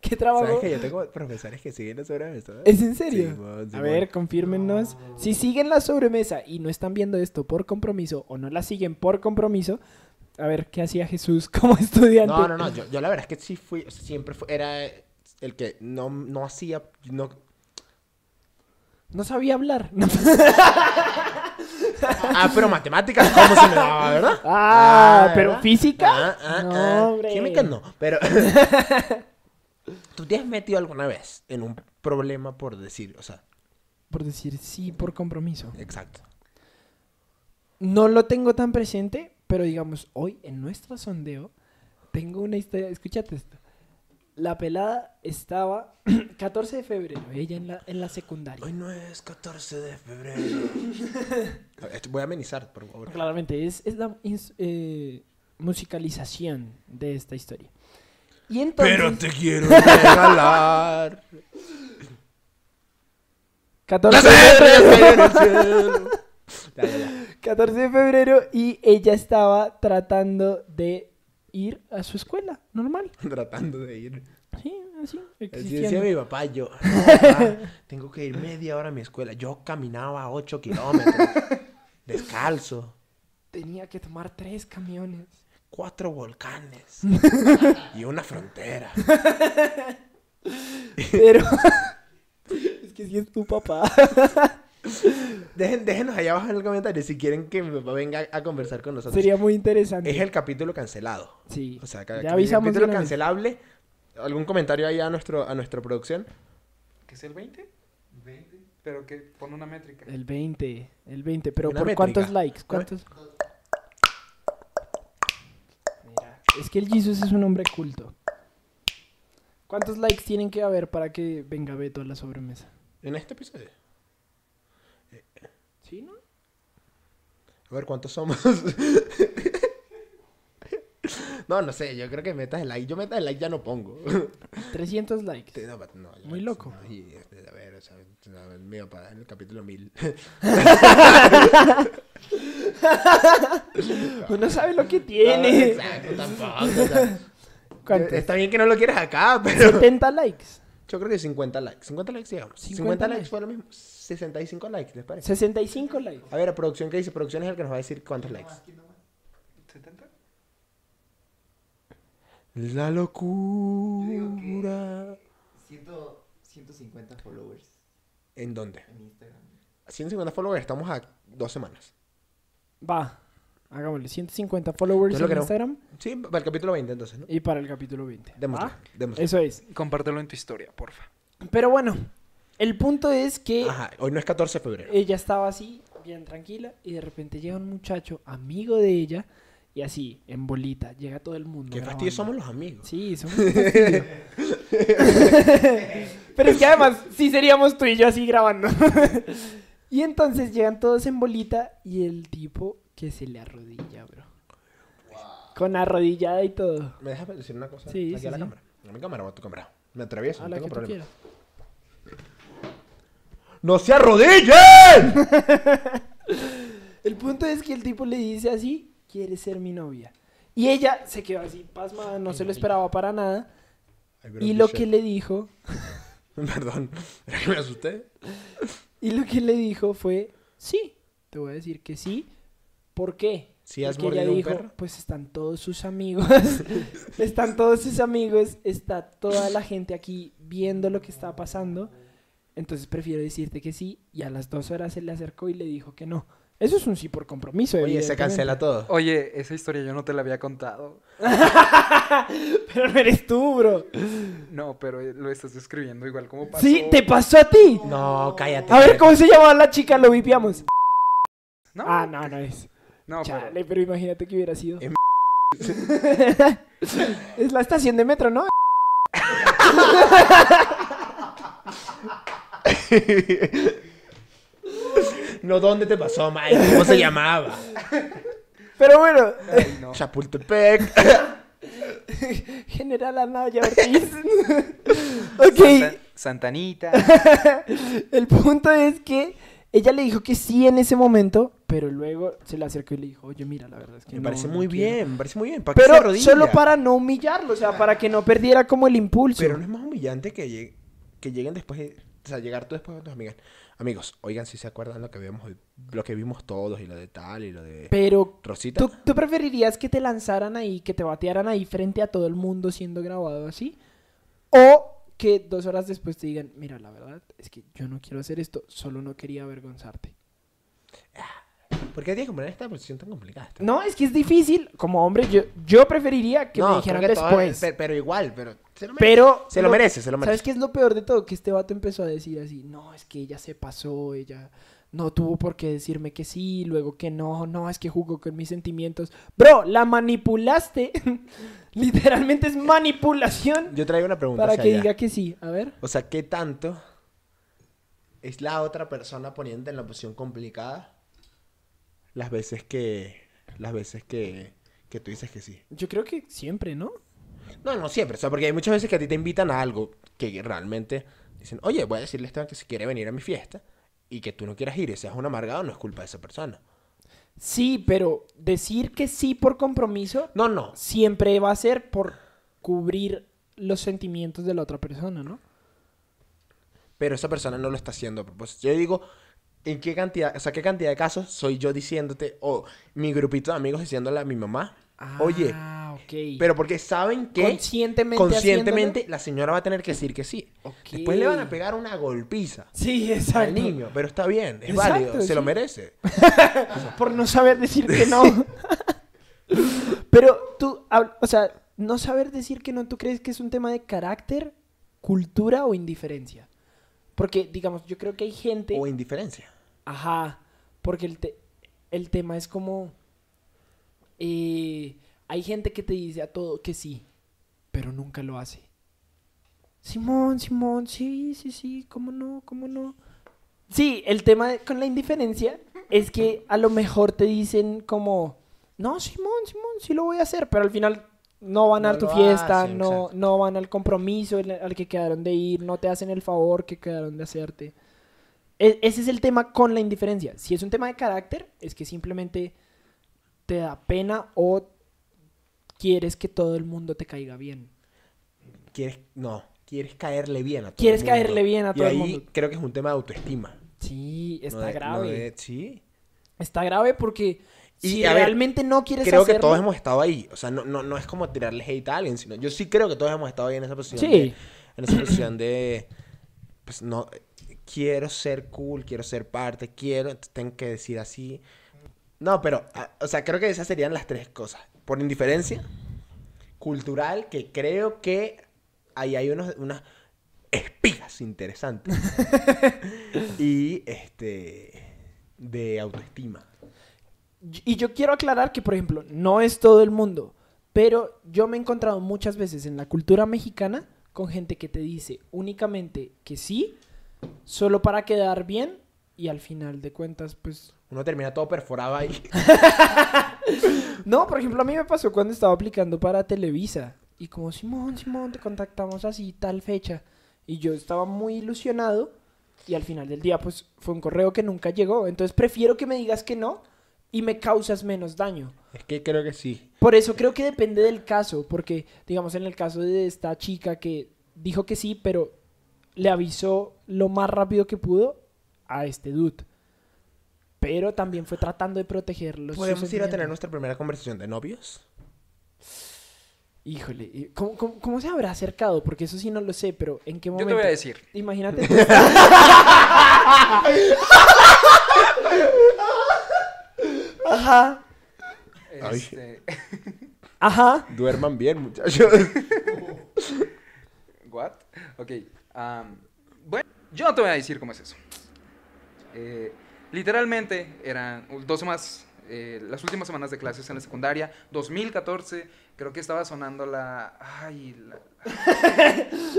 S2: ¿Qué
S1: ¿Sabes
S2: trabajo?
S1: que yo tengo profesores que siguen la sobremesa?
S2: ¿Es en serio?
S1: Simón,
S2: A
S1: Simón.
S2: ver, confírmenos. Si siguen la sobremesa y no están viendo esto por compromiso o no la siguen por compromiso, a ver qué hacía Jesús como estudiante.
S1: No, no, no. Yo, yo la verdad es que sí fui, o sea, siempre fui- era eh, el que no, no hacía, no,
S2: No sabía hablar. No.
S1: Ah, pero matemáticas, ¿cómo se me daba, verdad?
S2: Ah, pero
S1: ¿verdad?
S2: física.
S1: Ah, ah,
S2: No,
S1: ah.
S2: hombre.
S1: Química no, pero... ¿Tú te has metido alguna vez en un problema por decir, o sea,
S2: Por decir sí, por compromiso.
S1: exacto?
S2: No lo tengo tan presente, pero digamos, hoy en nuestro sondeo tengo una historia. Escúchate esto. La pelada estaba 14 de febrero, ella en la, en la secundaria.
S1: Hoy no es 14 de febrero. A ver, esto voy a amenizar, por favor.
S2: Claramente, es, es la ins- eh, musicalización de esta historia. Y entonces,
S1: quiero regalar.
S2: 14 de
S1: Las
S2: febrero-
S1: estrellas en el cielo. Ya, ya, ya.
S2: 14 de febrero y ella estaba tratando de ir a su escuela, normal.
S1: Tratando de ir.
S2: Sí, así,
S1: Así decía
S2: existiendo.
S1: mi papá, yo, "No, papá, tengo que ir media hora a mi escuela. Yo caminaba 8 kilómetros, descalzo,
S2: Tenía que tomar tres camiones.
S1: cuatro volcanes y una frontera.
S2: Pero es que si es tu papá.
S1: Dejen, déjenos allá abajo en el comentario si quieren que mi papá venga a conversar con nosotros.
S2: Sería muy
S1: Es
S2: interesante.
S1: el capítulo cancelado.
S2: Sí.
S1: O sea, cada
S2: ya avisamos de
S1: capítulo
S2: una vez.
S1: cancelable. ¿Algún comentario ahí a, nuestro, a nuestra producción?
S3: ¿Qué es el 20? 20. Pero que pone una métrica.
S2: El 20, el 20, pero
S1: Una
S2: ¿por
S1: métrica.
S2: cuántos likes? ¿Cuántos? Mira, es que el Jesus es un hombre culto. ¿Cuántos likes tienen que haber para que venga Beto a la sobremesa?
S1: En este episodio.
S2: ¿Sí, no?
S1: A ver cuántos somos. no, no sé. Yo creo que metas el like. Yo metas el like ya no pongo.
S2: 300 likes.
S1: Este, no, but no, ya,
S2: Muy
S1: sí,
S2: loco.
S1: no, y, este, a ver, o sea, a ver, mi papá en el capítulo 1000.
S2: Uno sabe lo que tiene.
S1: Exacto, tampoco. o sea,
S2: ¿Cuántos?
S1: está bien que no lo quieras acá, pero.
S2: 70 likes.
S1: Yo creo que 50 likes. 50 likes, digamos. 50,
S2: 50 likes.
S1: likes fue lo mismo. 65 likes, ¿les parece?
S2: 65 likes.
S1: A ver, producción, ¿qué dice? Producción es el que nos va a decir cuántos likes.
S3: ¿70?
S1: La locura.
S5: Ciento- 150 followers
S1: ¿En dónde?
S5: en Instagram.
S1: 150 followers, estamos a dos semanas.
S2: Va. Hagámosle 150 followers
S1: Yo lo
S2: en
S1: creo.
S2: Instagram
S1: Sí, para el capítulo 20 entonces, ¿no?
S2: y para el capítulo 20.
S1: Démosle,
S2: ¿Va?
S1: démosle.
S2: Eso Ah, es.
S3: Compártelo en tu historia, porfa.
S2: Pero bueno, el punto es que
S1: Ajá, hoy no es 14 de febrero.
S2: ella estaba así, bien tranquila, y de repente llega un muchacho amigo de ella y así, en bolita, llega todo el mundo.
S1: Qué
S2: grabando.
S1: fastidio somos los amigos.
S2: Sí, somos un fastidio. Pero es que además, sí seríamos tú y yo así grabando. y entonces llegan todos en bolita y el tipo que se le arrodilla, bro. Con arrodillada y todo.
S1: ¿Me dejas decir una cosa?
S2: Sí,
S1: Aquí
S2: sí,
S1: a la
S2: sí.
S1: cámara. A mi cámara o a tu cámara. Me atravieso,
S2: A
S1: no
S2: la
S1: tengo
S2: que tú
S1: problema.
S2: quieras.
S1: ¡No se arrodillen!
S2: El punto es que el tipo le dice así, ¿quieres ser mi novia? Y ella se quedó así, pasmada, no se lo esperaba para nada. Y lo que le dijo,
S1: Perdón, ¿era que me asusté?
S2: y lo que le dijo fue, sí, te voy a decir que sí. ¿Por qué?
S1: ¿Sí has
S2: Porque ella
S1: mordido un
S2: dijo,
S1: perro?
S2: pues están todos sus amigos, están todos sus amigos, está toda la gente aquí viendo lo que está pasando. Entonces prefiero decirte que sí. Y a las dos horas se le acercó y le dijo que no. Eso es un sí por compromiso.
S1: Oye, se
S2: evidentemente.
S1: cancela todo.
S3: Oye, esa historia yo no te la había contado.
S2: Pero no eres tú, bro.
S3: No, pero eh, lo estás describiendo igual como pasó.
S2: Sí, te pasó a ti.
S1: No, cállate.
S2: A ver cómo se llamaba la chica, lo vipiamos.
S3: No,
S2: Ah, no, no es.
S3: no, pero...
S2: Chale, pero imagínate que hubiera sido.
S1: Em-
S2: es la estación de metro, ¿no?
S1: No, ¿dónde te pasó, Mike? ¿Cómo se llamaba?
S2: Pero bueno,
S3: Ay, no.
S1: Chapultepec.
S2: General Anaya Ortiz.
S3: Santa-
S2: ok,
S3: Santanita.
S2: el punto es que ella le dijo que sí en ese momento, pero luego se le acercó y le dijo, oye, mira, la verdad es que
S1: Me
S2: no,
S1: parece
S2: no
S1: muy
S2: quiero".
S1: bien, me parece muy bien. ¿Para qué se
S2: Pero
S1: arrodilla?
S2: solo para no humillarlo, o sea, para que no perdiera como el impulso.
S1: Pero no es más humillante que, llegue- que lleguen después, de- o sea, llegar tú después de tus amigas. Amigos, oigan si se acuerdan lo que vimos hoy, lo que vimos todos y lo de tal y lo de
S2: Pero
S1: Rosita.
S2: ¿Tú, tú preferirías que te lanzaran ahí, que te batearan ahí frente a todo el mundo siendo grabado así? ¿O que dos horas después te digan, mira, la verdad es que yo no quiero hacer esto, solo no quería avergonzarte?
S1: ¿Por qué tienes que poner esta posición tan complicada? Está-
S2: No, es que es difícil. Como hombre, yo, yo preferiría que me
S1: creo
S2: dijeran
S1: que todo-
S2: después.
S1: pe- pero igual, pero se lo merece.
S2: pero...
S1: se lo merece, se lo merece.
S2: ¿Sabes qué es lo peor de todo? Que este vato empezó a decir así, no, es que ella se pasó, ella no tuvo por qué decirme que sí, luego que no, no, es que jugó con mis sentimientos. Bro, la manipulaste. Literalmente es manipulación
S1: Yo traigo una pregunta
S2: para
S1: hacia
S2: que
S1: allá.
S2: diga que sí. A ver.
S1: O sea, ¿qué tanto es la otra persona poniéndote en la posición complicada las veces que las veces que que tú dices que sí?
S2: Yo creo que siempre, ¿no?
S1: No, no siempre. O sea, porque hay muchas veces que a ti te invitan a algo que realmente dicen, oye, voy a decirle a Esteban que si quiere venir a mi fiesta y que tú no quieras ir y seas un amargado, no es culpa de esa persona.
S2: Sí, pero decir que sí por compromiso
S1: No, no.
S2: siempre va a ser por cubrir los sentimientos de la otra persona, ¿no?
S1: Pero esa persona no lo está haciendo a propósito. Yo digo, ¿en qué cantidad, o sea, qué cantidad de casos soy yo diciéndote, o mi grupito de amigos diciéndole a mi mamá, oye,
S2: Ah, ok.
S1: pero porque saben que
S2: conscientemente.
S1: conscientemente la señora va a tener que decir que sí.
S2: haciéndolo? Ok.
S1: Después le van a pegar una golpiza
S2: Sí,
S1: al
S2: exacto.
S1: niño, pero está bien, es
S2: Exacto,
S1: válido, se lo
S2: sí.
S1: merece.
S2: Por no saber decir que no. pero tú, hab- o sea, no saber decir que no, ¿tú crees que es un tema de carácter, cultura o indiferencia? Porque, digamos, yo creo que hay gente.
S1: O indiferencia.
S2: Ajá, porque el, te- el tema es como... eh, hay gente que te dice a todo que sí, pero nunca lo hace. Simón, Simón, sí, sí, sí, cómo no, cómo no. Sí, el tema de- con la indiferencia es que a lo mejor te dicen como, no, Simón, Simón, sí lo voy a hacer, pero al final no van
S1: No
S2: a tu
S1: lo
S2: fiesta,
S1: hacen,
S2: no,
S1: exacto.
S2: no van al compromiso en el- al que quedaron de ir, no te hacen el favor que quedaron de hacerte. E- ese es el tema con la indiferencia. Si es un tema de carácter, es que simplemente te da pena o quieres que todo el mundo te caiga bien.
S1: Quieres, no, quieres caerle bien a todo
S2: Quieres
S1: el mundo.
S2: caerle bien a todo
S1: y
S2: el
S1: ahí
S2: mundo.
S1: creo que es un tema de autoestima.
S2: Sí, está
S1: No de- no
S2: grave.
S1: de- sí.
S2: Está grave porque
S1: Y,
S2: si
S1: a ver,
S2: realmente no quieres
S1: Creo que
S2: hacerlo-
S1: todos hemos estado ahí. O sea, no, no, no es como tirarle hate a alguien, sino yo sí creo que todos hemos estado ahí en esa posición.
S2: Sí.
S1: de- en esa posición de, pues no, eh, quiero ser cool, quiero ser parte, quiero, entonces tengo que decir así. No, pero, ah, o sea, creo que esas serían las tres cosas. Por indiferencia, cultural, que creo que ahí hay unos, unas espigas interesantes. y, este, de autoestima.
S2: Y yo quiero aclarar que, por ejemplo, no es todo el mundo, pero yo me he encontrado muchas veces en la cultura mexicana con gente que te dice únicamente que sí, solo para quedar bien y al final de cuentas, pues...
S1: Uno termina todo perforado ahí.
S2: No, por ejemplo, a mí me pasó cuando estaba aplicando para Televisa y como, Simón, Simón, te contactamos así, tal fecha. Y yo estaba muy ilusionado y al final del día, pues, fue un correo que nunca llegó. Entonces, prefiero que me digas que no y me causas menos daño.
S1: Es que creo que sí.
S2: Por eso creo que depende del caso, porque digamos en el caso de esta chica que dijo que sí, pero le avisó lo más rápido que pudo a este dude. Pero también fue tratando de protegerlos.
S1: ¿Podemos ir a tener nuestra primera conversación de novios?
S2: Híjole, ¿y ¿cómo, cómo, cómo se habrá acercado? Porque eso sí no lo sé, pero ¿en qué
S3: Yo
S2: momento?
S3: te voy a decir.
S2: Imagínate. pues, Ajá,
S1: Ay.
S3: Este,
S2: ajá.
S1: Duerman bien, muchachos.
S3: What? Ok. am, bueno, yo no te voy a decir cómo es eso. Eh, literalmente eran dos más. eh, las últimas semanas de clases en la secundaria, 2014, creo que estaba sonando la. Ay, la-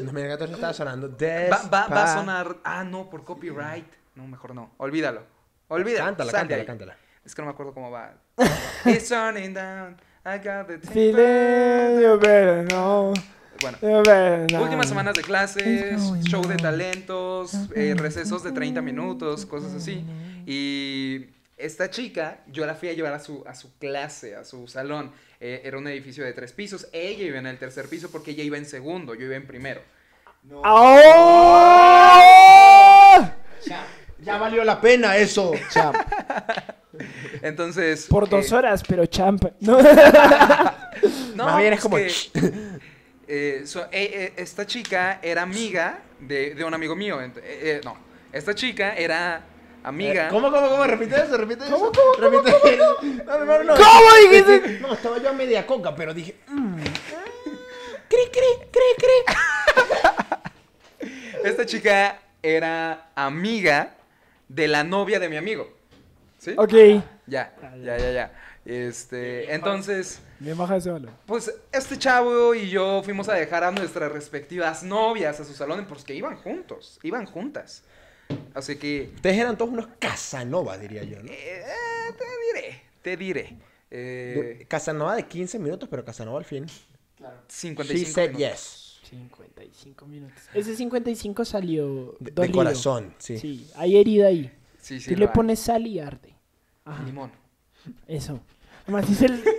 S1: No me gato estaba sonando.
S3: va, va- va a
S1: Despa-
S3: sonar. Ah, no, por copyright. No, mejor no. Olvídalo. Olvídalo.
S1: Cántala,
S3: sal de
S1: cántala,
S3: ahí.
S1: cántala.
S3: Es que no me acuerdo cómo va. It's turning down. I got the
S2: Feeling you better know,
S3: Bueno,
S2: you better know.
S3: Últimas semanas de clases, show de talentos, eh, recesos de 30 minutos, cosas así. Y esta chica, yo la fui a llevar a su, a su clase, a su salón. Eh, era un edificio de tres pisos. Ella iba en el tercer piso porque ella iba en segundo, yo iba en primero.
S5: No.
S2: ¡Ah!
S5: Chao.
S1: Ya valió la pena eso.
S2: Champ.
S3: Entonces...
S2: Por
S3: eh,
S2: dos horas, pero champ. No.
S3: No,
S1: Más bien es
S3: pues
S1: como,
S3: que, eh, so- eh, eh, esta chica era amiga de, de un amigo mío. ent- eh, eh, no, esta chica era amiga...
S1: ¿Cómo, cómo, cómo? Repite eso, repite eso. repite eso. No, no, no.
S2: ¿Cómo dijiste?
S1: No, estaba yo a media coca, pero dije.
S3: Esta chica era amiga de la novia de mi amigo. ¿Sí?
S2: Ok.
S3: Ya,
S1: Ah,
S3: ya, ya, ya. Este, entonces,
S4: Bien baja ese balón.
S3: pues este chavo y yo fuimos a dejar a nuestras respectivas novias a su salón porque iban juntos, iban juntas. Así que,
S1: Ustedes eran todos unos Casanova, diría yo, ¿no?
S3: eh, te diré, te diré. Eh,
S1: Casanova de 15 minutos, pero Casanova al fin.
S5: Claro.
S1: She
S3: 55
S1: said
S3: minutos.
S1: yes.
S2: 55 minutos. Ese 55 salió
S1: De, de
S2: dolido.
S1: corazón, sí.
S2: Sí, hay herida ahí.
S3: Sí, sí,
S2: Tú
S3: lo
S2: le
S3: hay.
S2: pones sal y arde. Ajá.
S3: Limón.
S2: Eso. Además, es el.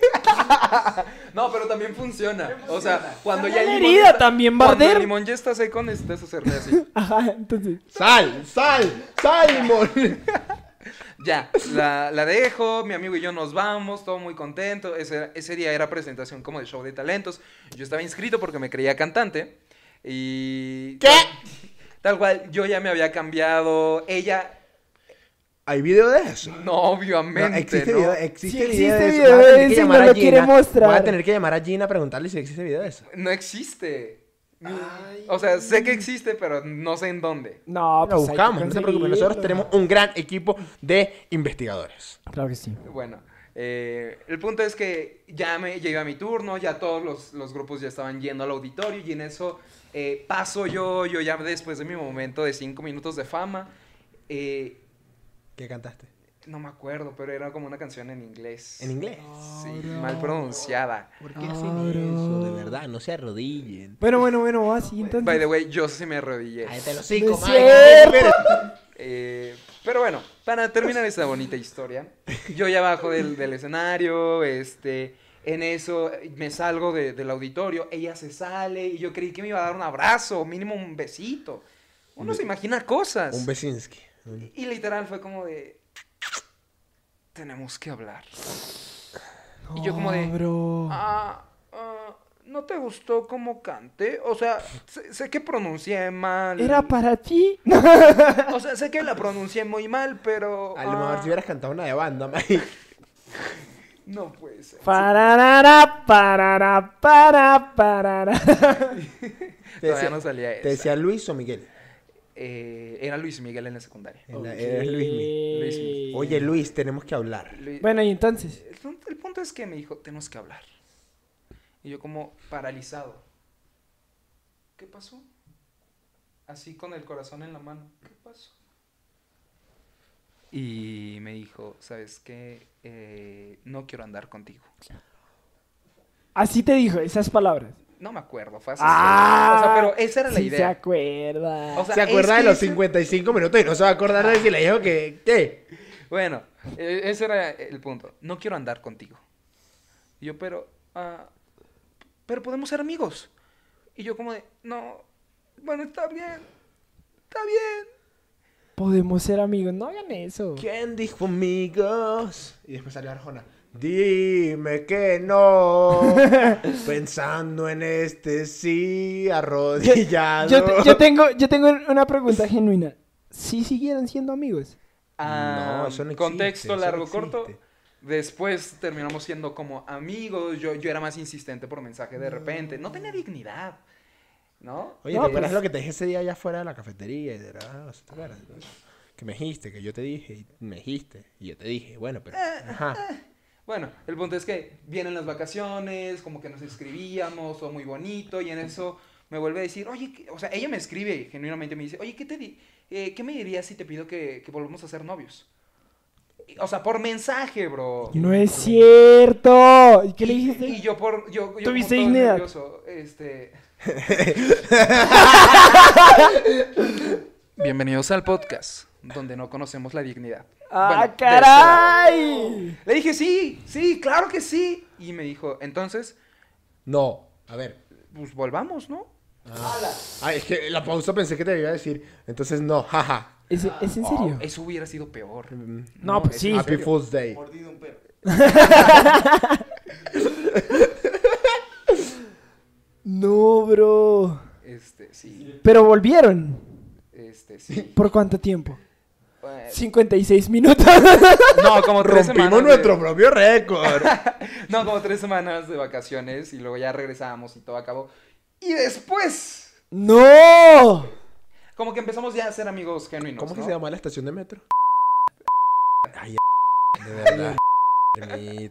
S3: No, pero también funciona. O sea, cuando ya
S2: Dale
S3: el
S2: herida
S3: está-
S2: también,
S3: cuando
S2: Barder.
S3: el limón ya está seco, necesitas hacerle así.
S2: Ajá, entonces.
S1: ¡Sal! ¡Sal! ¡Sal, limón!
S3: Ya, la, la dejo, mi amigo y yo nos vamos, todo muy contento. Ese, ese día era presentación como de show de talentos. Yo estaba inscrito porque me creía cantante. Y.
S1: ¿Qué?
S3: Tal cual, yo ya me había cambiado. Ella,
S1: ¿Hay video de eso?
S3: no, obviamente.
S1: No, existe
S3: ¿no?
S1: video, existe
S2: Sí,
S1: video
S2: existe
S1: de eso. Voy a
S2: video de
S1: tener que
S2: eso y
S1: llamar
S2: no
S1: a
S2: lo quiere
S1: Gina. Voy
S2: mostrar.
S1: a tener que llamar a Gina a preguntarle si existe video de eso.
S3: No existe. Mi-
S5: Ay.
S3: O sea, sé que existe, pero no sé en dónde.
S2: No,
S1: Lo
S2: pues. hay que
S1: buscamos, no se preocupen. Nosotros
S2: conseguirlo.
S1: tenemos un gran equipo de investigadores.
S2: Claro que sí.
S3: Bueno, eh, el punto es que ya me llega mi turno, ya todos los, los grupos ya estaban yendo al auditorio y en eso eh, paso yo, yo ya después de mi momento de cinco minutos de fama, eh,
S1: ¿Qué cantaste?
S3: no me acuerdo, pero era como una canción en inglés.
S1: ¿En inglés?
S3: Sí, mal pronunciada.
S1: ¿Por qué hacen eso? De verdad, no se arrodillen.
S2: Bueno, bueno, bueno, así entonces.
S3: By the way, yo sí me arrodillé.
S1: Cállate los
S2: No
S1: cinco,
S2: es
S3: Eh, pero bueno, para terminar esta bonita historia, yo ya bajo del, del escenario, este, en eso eh, me salgo de- del auditorio, ella se sale y yo creí que me iba a dar un abrazo, mínimo un besito. Uno se imagina cosas.
S1: Un Besinski.
S3: y literal fue como de, tenemos que hablar. Y yo como de, "Ah, ah, ¿no te gustó cómo cante? O sea, sé, sé que pronuncié mal.
S2: Era para ti.
S3: O sea, sé que la pronuncié muy mal, pero.
S1: A lo mejor
S3: ah,
S1: si hubieras cantado una de banda, Mike.
S3: No puede ser.
S2: Pararara, parara, para, parara.
S1: Te
S3: Todavía
S1: decía-
S3: no salía esa.
S1: ¿Te decía Luis o Miguel?
S3: Eh, era Luis Miguel en la secundaria.
S1: En la- Eres Luis Miguel.
S3: Luismi.
S1: Oye, Luis, tenemos que hablar.
S3: Lu-
S2: Bueno, y entonces.
S3: el, pun- el punto es que me dijo, tenemos que hablar. Y yo como paralizado. ¿Qué pasó? Así con el corazón en la mano. ¿Qué pasó? Y me dijo, ¿sabes qué? Eh, no quiero andar contigo.
S2: Así te dijo, esas palabras.
S3: No me acuerdo, fue así.
S2: Ah,
S3: o sea, pero esa era la
S2: sí
S3: idea.
S2: se acuerda.
S3: O sea,
S1: ¿Se acuerda
S3: es
S1: de
S3: que
S1: los
S3: ese-
S1: 55 minutos y no se va a acordar de si le dijo que... ¿Qué?
S3: Bueno, eh, ese era el punto. No quiero andar contigo. Y yo, pero, ah, pero podemos ser amigos. Y yo como de, no, bueno, está bien, está bien.
S2: Podemos ser amigos. No hagan eso.
S1: ¿Quién dijo amigos? Y después salió Arjona. Dime que no. Pensando en este sí, arrodillado.
S2: Yo, te- yo tengo, yo tengo una pregunta genuina. ¿Sí siguieron siendo amigos?
S3: Ah,
S1: no, eso no existe,
S3: contexto
S1: eso no
S3: largo, corto.
S1: existe.
S3: Después terminamos siendo como amigos. Yo, yo era más insistente por mensaje de repente. No tenía dignidad, ¿no?
S1: Oye,
S2: No,
S1: ¿te acuerdas lo
S2: pues-
S1: que te dije ese día allá afuera de la cafetería? Y de la- ah, ¿sí te acuerdas? Que me dijiste, que yo te dije, y me dijiste, y yo te dije, bueno, pero... Ajá.
S3: Bueno, el punto es que vienen las vacaciones, como que nos escribíamos, todo muy bonito, y en eso me vuelve a decir, oye, ¿qué-?" o sea, ella me escribe, genuinamente me dice, oye, ¿qué te di eh, qué me dirías si te pido que, que volvamos a ser novios? Y- O sea, por mensaje, bro.
S2: No es cierto. ¿Y qué le
S3: Y-
S2: dijiste?
S3: Y yo por, yo, yo como
S2: ¿Tuviste
S3: todo
S2: dignidad?
S3: nervioso, este... Bienvenidos al podcast, donde no conocemos la dignidad. Bueno, de
S2: ¡Ah,
S3: este lado.
S2: caray!
S3: Le dije, sí, sí, claro que sí. Y me dijo, entonces,
S1: No, a ver.
S3: pues volvamos, ¿no?
S1: Ay, es que la pausa pensé que te iba a decir, entonces no, jaja.
S2: ¿Es, Ah, es en serio?
S3: Eso hubiera sido peor.
S1: Mm.
S2: No, pues
S3: es-
S2: sí.
S1: Happy Fool's Day.
S5: Mordido un perro.
S2: No, bro.
S3: Este, sí.
S2: Pero volvieron.
S3: Este, sí.
S2: ¿Por cuánto tiempo?
S3: Eh,
S2: 56 minutos.
S3: No, como tres semanas.
S1: Rompimos
S3: de-
S1: nuestro propio récord.
S3: No, como tres semanas de vacaciones y luego ya regresábamos y todo acabó. Y después,
S2: ¡No!
S3: como que empezamos ya a ser amigos genuinos.
S1: ¿Cómo que
S3: ¿no?
S1: se llama la estación de metro? Ay, de verdad. Mi-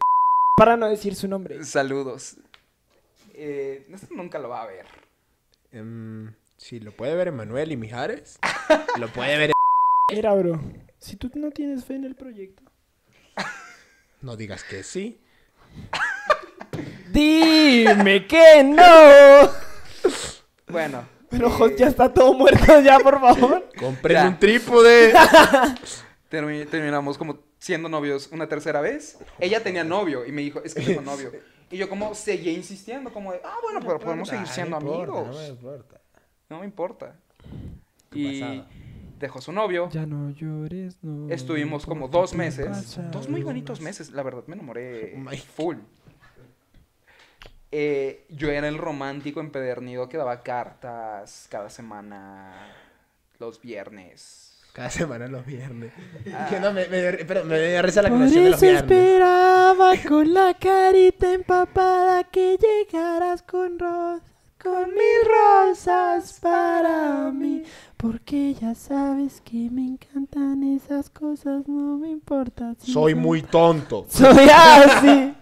S2: Para no decir su nombre.
S3: Saludos. Eh, esto nunca lo va a ver.
S1: Em, si lo puede ver Emanuel y Mijares, lo puede ver.
S2: Mira, bro. Si tú no tienes fe en el proyecto.
S1: No digas que sí.
S2: Dime que no.
S3: Bueno.
S2: Pero
S3: eh,
S2: Jos, ya está todo muerto ya, por favor.
S1: Compren
S3: Ya.
S1: un trípode.
S3: termi- terminamos como siendo novios una tercera vez. Ella tenía novio y me dijo, es que tengo novio. Y yo como seguía insistiendo, como de, ah, bueno, pero podemos seguir siendo amigos. No me importa.
S1: Tu
S3: Y
S1: pasado.
S3: dejó su novio.
S2: Ya no llores, no.
S3: Estuvimos como
S2: importa
S3: dos
S2: tu
S3: meses.
S2: pasado.
S3: Dos muy bonitos meses. La verdad, me
S2: Oh
S3: enamoré
S1: My-
S3: full. Eh, yo era el romántico empedernido que daba cartas cada semana, los viernes.
S1: Cada semana los viernes.
S3: Ah.
S1: Que no, me, me, pero me dio risa la
S2: Por
S1: canción de los
S2: eso
S1: viernes.
S2: esperaba con la carita empapada que llegaras con rosas, con mis rosas para mí. Porque ya sabes que me encantan esas cosas, no me importa. si
S1: Soy
S2: son-
S1: muy tonto.
S2: Soy así.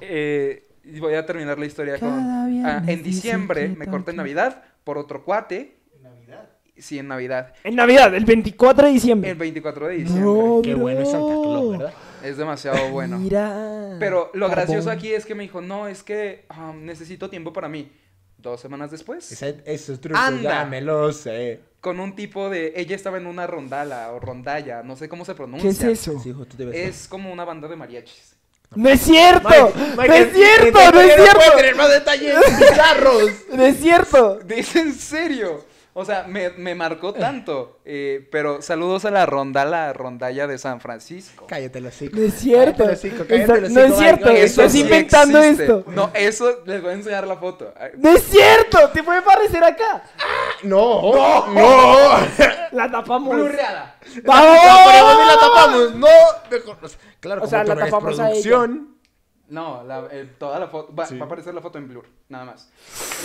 S3: Eh, y voy a terminar la historia con...
S2: Cada
S3: ah,
S2: viernes
S3: en
S2: dicen
S3: diciembre
S2: que
S3: me corté
S2: tanto-
S3: en Navidad por otro cuate. Sí, en Navidad.
S2: En Navidad, el 24 de diciembre.
S3: El 24 de
S2: No,
S3: diciembre.
S1: Qué bueno es Santa Claus,
S2: bro.
S1: ¿verdad?
S3: Es demasiado bueno.
S2: Mira.
S3: Pero lo gracioso
S2: Carbón.
S3: aquí es que me dijo, no, es que ah, necesito tiempo para mí. Dos semanas después.
S1: Ese, esos trucos
S3: Anda.
S1: ya me los sé.
S3: con un tipo de. Ella estaba en una rondala o rondalla, no sé cómo se pronuncia.
S2: ¿Qué es eso?
S1: Sí, justo te iba a decir.
S3: Es como una banda de mariachis.
S2: ¡No es cierto!
S1: Mike, Mike,
S2: ¡No es
S1: el-
S2: cierto!
S1: el-
S2: ¡No es
S1: el- no puede
S2: cierto!
S1: tener más detalles bizarros!
S2: ¡No es cierto!
S3: ¿Es en serio? O sea, me, me marcó tanto. eh, pero saludos a la rondala, rondalla de San Francisco.
S1: Cállate los hocico.
S2: No es cierto.
S1: Cállate el hocico, cállate el
S2: Exacto, no es
S1: hocico,
S2: cierto,
S1: Mike,
S2: estás
S1: sí
S2: inventando.
S3: existe.
S2: esto.
S3: No, eso les voy a enseñar la foto. Ah, Ay,
S2: ¡No es cierto! ¡Te puede aparecer acá!
S1: No, no, no.
S2: ¡La tapamos!
S3: pues, Blurreada.
S1: No, pero
S2: ¡Vamos!
S1: ¿dónde la tapamos? No, mejor. o sea, Claro,
S2: O
S1: como
S2: sea,
S1: tú
S2: la
S1: no eres
S2: tapamos a ella.
S1: producción.
S3: No, la- eh, toda la foto. Va,
S1: Sí.
S3: va a aparecer la foto en blur, nada más.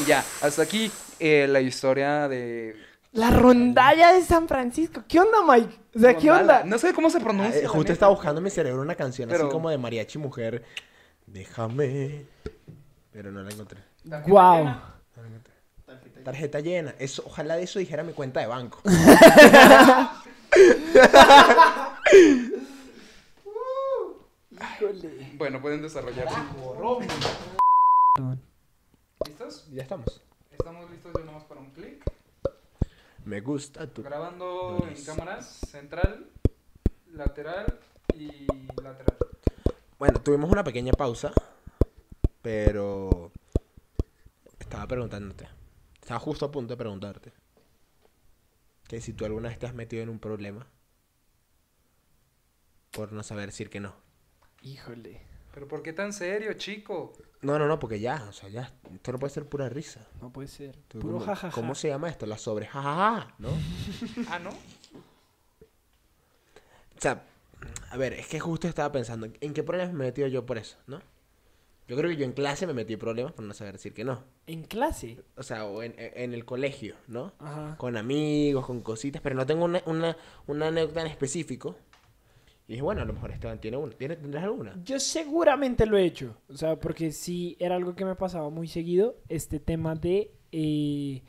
S3: Y ya, hasta aquí eh, la historia de.
S2: La rondalla de San Francisco. ¿Qué onda, Mike? O sea, ¿qué
S3: rondala.
S2: onda? Ah,
S3: No sé cómo se pronuncia.
S1: Eh,
S3: la
S1: justo
S3: neta.
S1: estaba buscando en mi cerebro una canción
S3: Pero-
S1: así como de mariachi mujer. Déjame. Pero no la encontré.
S2: ¡Guau! Wow.
S1: Tarjeta llena. Eso, ojalá de eso dijera mi cuenta de banco.
S3: Bueno, pueden desarrollarse. ¿Listos?
S1: Ya estamos.
S3: Estamos listos ya nomás para un clic.
S1: Me gusta tu.
S3: Grabando en cámaras central, lateral y lateral.
S1: Bueno, tuvimos una pequeña pausa. Pero. Estaba preguntándote. Estaba justo a punto de preguntarte. Que si tú alguna vez te has metido en un problema. Por no saber decir que no.
S2: Híjole.
S3: Pero ¿por qué tan serio, chico?
S1: No, no, no, porque ya, o sea, ya, esto no puede ser pura risa.
S2: No puede ser.
S1: Tú
S2: Puro
S1: como,
S2: jajaja.
S1: ¿Cómo se llama esto? La sobre jajaja, ¿no? O
S3: Ah, ¿no?
S1: sea, a ver, es que justo estaba pensando, ¿en qué problemas me he metido yo por eso, no? Yo creo que yo en clase me metí en problemas por no saber decir que no.
S2: En clase.
S1: O sea, o en, en el colegio, ¿no?
S2: Ajá.
S1: Con amigos, con cositas, pero no tengo una, una, una anécdota en específico. Y dije, bueno, a lo mejor Esteban tiene una. ¿Tiene- ¿Tendrás alguna?
S2: Yo seguramente lo he hecho. O sea, porque sí era algo que me pasaba muy seguido. Este tema de. eh,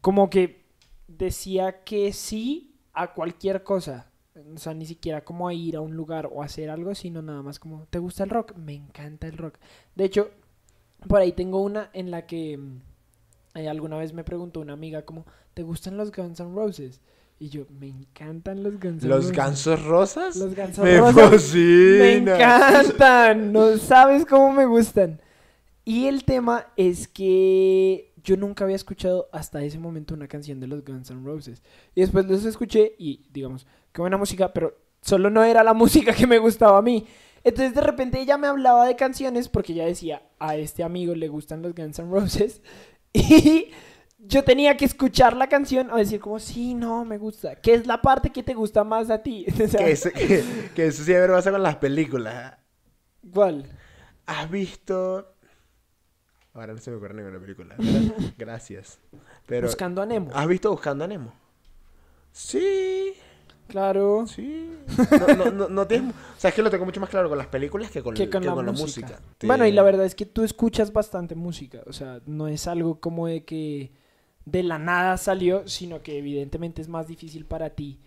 S2: como que decía que sí a cualquier cosa. O sea, ni siquiera como a ir a un lugar o hacer algo, sino nada más como, ¿te gusta el rock? Me encanta el rock. De hecho, por ahí tengo una en la que mm, eh, alguna vez me preguntó una amiga como, ¿te gustan los Guns N' Roses? Y yo, me encantan los Guns N'
S1: ¿Los
S2: Roses".
S1: gansos rosas?
S2: Los Guns N'
S1: me
S2: Roses. Me
S1: fascina.
S2: encantan, no sabes cómo me gustan. Y el tema es que yo nunca había escuchado hasta ese momento una canción de los Guns N' Roses. Y después los escuché y, digamos, qué buena música, pero solo no era la música que me gustaba a mí. Entonces de repente ella me hablaba de canciones porque ella decía, a este amigo le gustan los Guns N' Roses. Y yo tenía que escuchar la canción o decir como, sí, no, me gusta. ¿Qué es la parte que te gusta más a ti? O sea,
S1: que, eso, que, que eso siempre pasa con las películas.
S2: ¿Cuál?
S1: ¿Has visto? Ahora no se me ocurre ninguna película. gra- Gracias. Pero
S2: Buscando a Nemo.
S1: ¿has visto Buscando a Nemo? Sí,
S2: Claro.
S1: sí. No, no, no, no tienes- O sea, es que lo tengo mucho más claro con las películas que con,
S2: que con,
S1: que
S2: la,
S1: con
S2: música.
S1: Te-
S2: Bueno, y la verdad es que tú escuchas bastante música. O sea, no es algo como de que de la nada salió, sino que evidentemente es más difícil para ti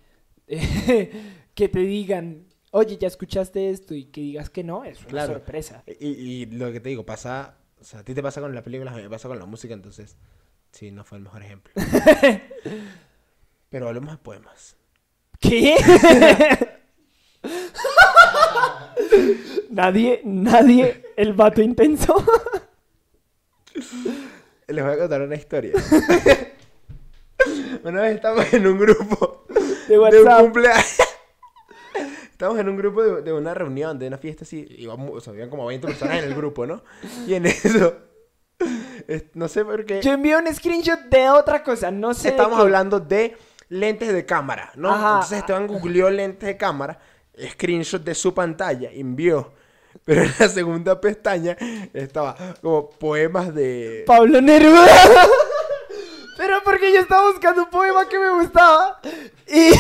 S2: que te digan, oye, ya escuchaste esto y que digas que no, es una
S1: Claro.
S2: sorpresa.
S1: Y, y lo que te digo, pasa... O sea, a ti te pasa con las películas, a mí me pasa con la música, entonces... Sí, no fue el mejor ejemplo. Pero hablemos de poemas.
S2: ¿Qué? Nadie, nadie, el vato intenso.
S1: Les voy a contar una historia. una vez estamos en un grupo
S2: De
S1: de un
S2: WhatsApp.
S1: cumpleaños. Estamos en un grupo de, de una reunión, de una fiesta así. Íbamos, o sea, habían como 20 personas en el grupo, ¿no? Y en eso. es- no sé por qué.
S2: Yo envié un screenshot de otra cosa, no sé. de
S1: Estamos
S2: qué.
S1: hablando de lentes de cámara, ¿no?
S2: Ajá.
S1: Entonces Esteban googleó lentes de cámara, screenshot de su pantalla, envió. Pero en la segunda pestaña estaba como poemas de.
S2: Pablo Neruda. Pero porque yo estaba buscando un poema que me gustaba. Y...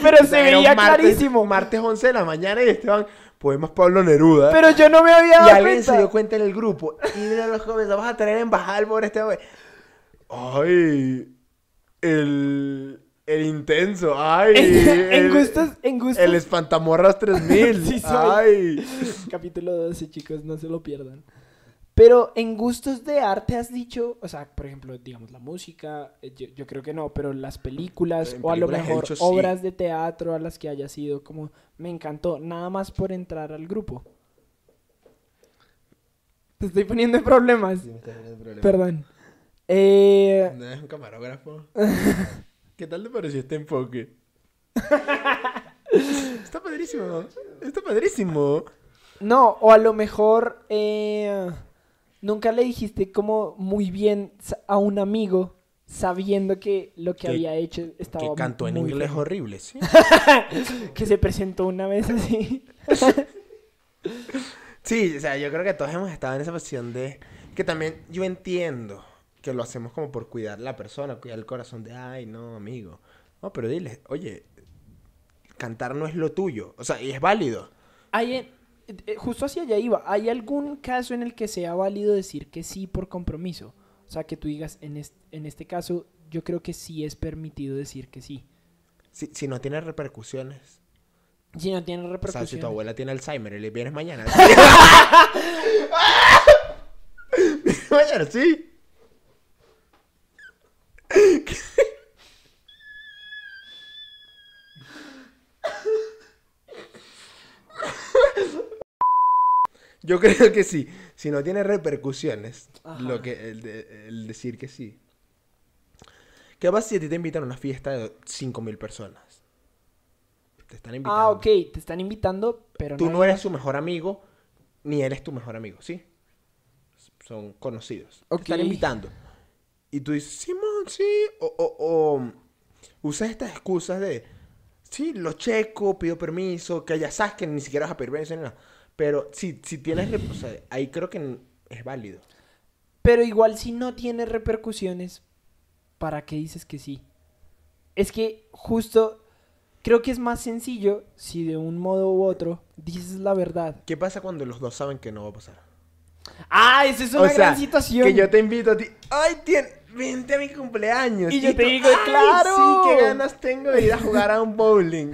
S2: Pero
S1: O sea,
S2: se
S1: era un
S2: veía
S1: martes-
S2: clarísimo.
S1: Martes 11 de la mañana y Esteban, poemas Pablo Neruda.
S2: Pero yo no me había
S1: y
S2: dado
S1: alguien se
S2: cuenta.
S1: dio cuenta en el grupo. Y de los jóvenes, vamos a tener en bajal por este güey. Ay, el, el intenso. Ay,
S2: En, en
S1: el-
S2: gustos, en gustos.
S1: El espantamorras 3000.
S2: Sí soy.
S1: Ay.
S2: Capítulo 12, chicos, no se lo pierdan. Pero en gustos de arte has dicho, o sea, por ejemplo, digamos la música, eh, yo, yo creo que no, pero las películas
S1: En
S2: o a lo
S1: películas he
S2: mejor
S1: dicho sí.
S2: obras de teatro a las que haya sido como me encantó, nada más por entrar al grupo. Te estoy poniendo en problemas.
S5: Sí, me está dando problema.
S2: Perdón. Eh,
S1: No es un camarógrafo. ¿Qué tal te pareció este enfoque? Está padrísimo. Está padrísimo.
S2: No, o a lo mejor eh, nunca le dijiste como muy bien sa- a un amigo sabiendo que lo que
S1: Que-
S2: había hecho estaba
S1: Que cantó en
S2: muy
S1: inglés
S2: feo.
S1: horrible, sí.
S2: que se presentó una vez así.
S1: Sí, o sea, yo creo que todos hemos estado en esa posición de... Que también yo entiendo que lo hacemos como por cuidar la persona, cuidar el corazón de, ay, no, amigo. No, pero diles, oye, cantar no es lo tuyo. O sea, y es válido.
S2: Hay en- eh, justo hacia allá iba. ¿Hay algún caso en el que sea válido decir que sí por compromiso? O sea, que tú digas, en, est- en este caso, yo creo que sí es permitido decir que sí.
S1: Si, si no tiene repercusiones.
S2: Si no tiene
S1: O sea,
S2: repercusiones.
S1: si tu abuela tiene Alzheimer y le vienes mañana. Vienes mañana, sí. Yo creo que sí. Si no tiene repercusiones,
S2: Ajá.
S1: lo que el, de- el decir que sí. ¿Qué pasa si a ti te invitan a una fiesta de 5.000 personas? Te están invitando.
S2: Ah, ok, te están invitando, pero
S1: Tú
S2: nadie
S1: no eres
S2: más.
S1: su mejor amigo, ni él es tu mejor amigo, ¿sí? Son conocidos.
S2: Ok.
S1: Te están invitando. Y tú dices, Simón, sí. O, o- o usas estas excusas de, sí, lo checo, pido permiso, que ya sabes que ni siquiera vas a pedir permiso ni nada. Pero si, si tienes, rep- o sea, ahí creo que n- es válido.
S2: Pero igual si no tiene repercusiones, ¿para qué dices que sí? Es que justo creo que es más sencillo si de un modo u otro dices la verdad.
S1: ¿Qué pasa cuando los dos saben que no va a pasar?
S2: Ah, esa es una
S1: o sea,
S2: gran situación.
S1: que yo te invito a ti, ay, tien- vente a mi cumpleaños.
S2: Y yo
S1: tú,
S2: te digo,
S1: "Ay,
S2: "Claro".
S1: Sí, qué ganas tengo de ir a jugar a un bowling.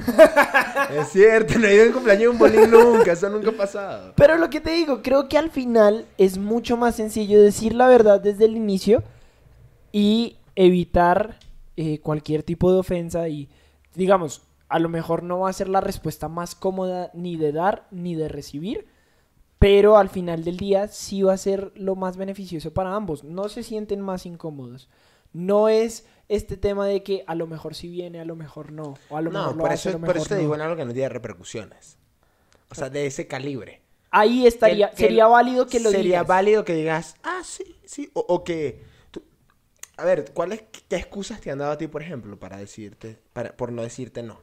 S1: es cierto, no he ido a un cumpleaños de un bowling nunca, eso nunca ha pasado.
S2: Pero lo que te digo, creo que al final es mucho más sencillo decir la verdad desde el inicio y evitar eh, cualquier tipo de ofensa y, digamos, a lo mejor no va a ser la respuesta más cómoda ni de dar ni de recibir, pero al final del día sí va a ser lo más beneficioso para ambos. No se sienten más incómodos. No es este tema de que a lo mejor sí viene, a lo mejor no, o a lo mejor
S1: No,
S2: lo
S1: por
S2: hace, a
S1: eso,
S2: lo
S1: por eso
S2: mejor
S1: te
S2: no.
S1: digo en algo que no tiene repercusiones. O sea, de ese calibre.
S2: Ahí estaría,
S1: que- que
S2: sería válido que lo
S1: Sería
S2: digas.
S1: válido que digas, ah, sí, sí, o, o que... tú- A ver, ¿cuáles qué excusas te han dado a ti, por ejemplo, para decirte, para, por no decirte no?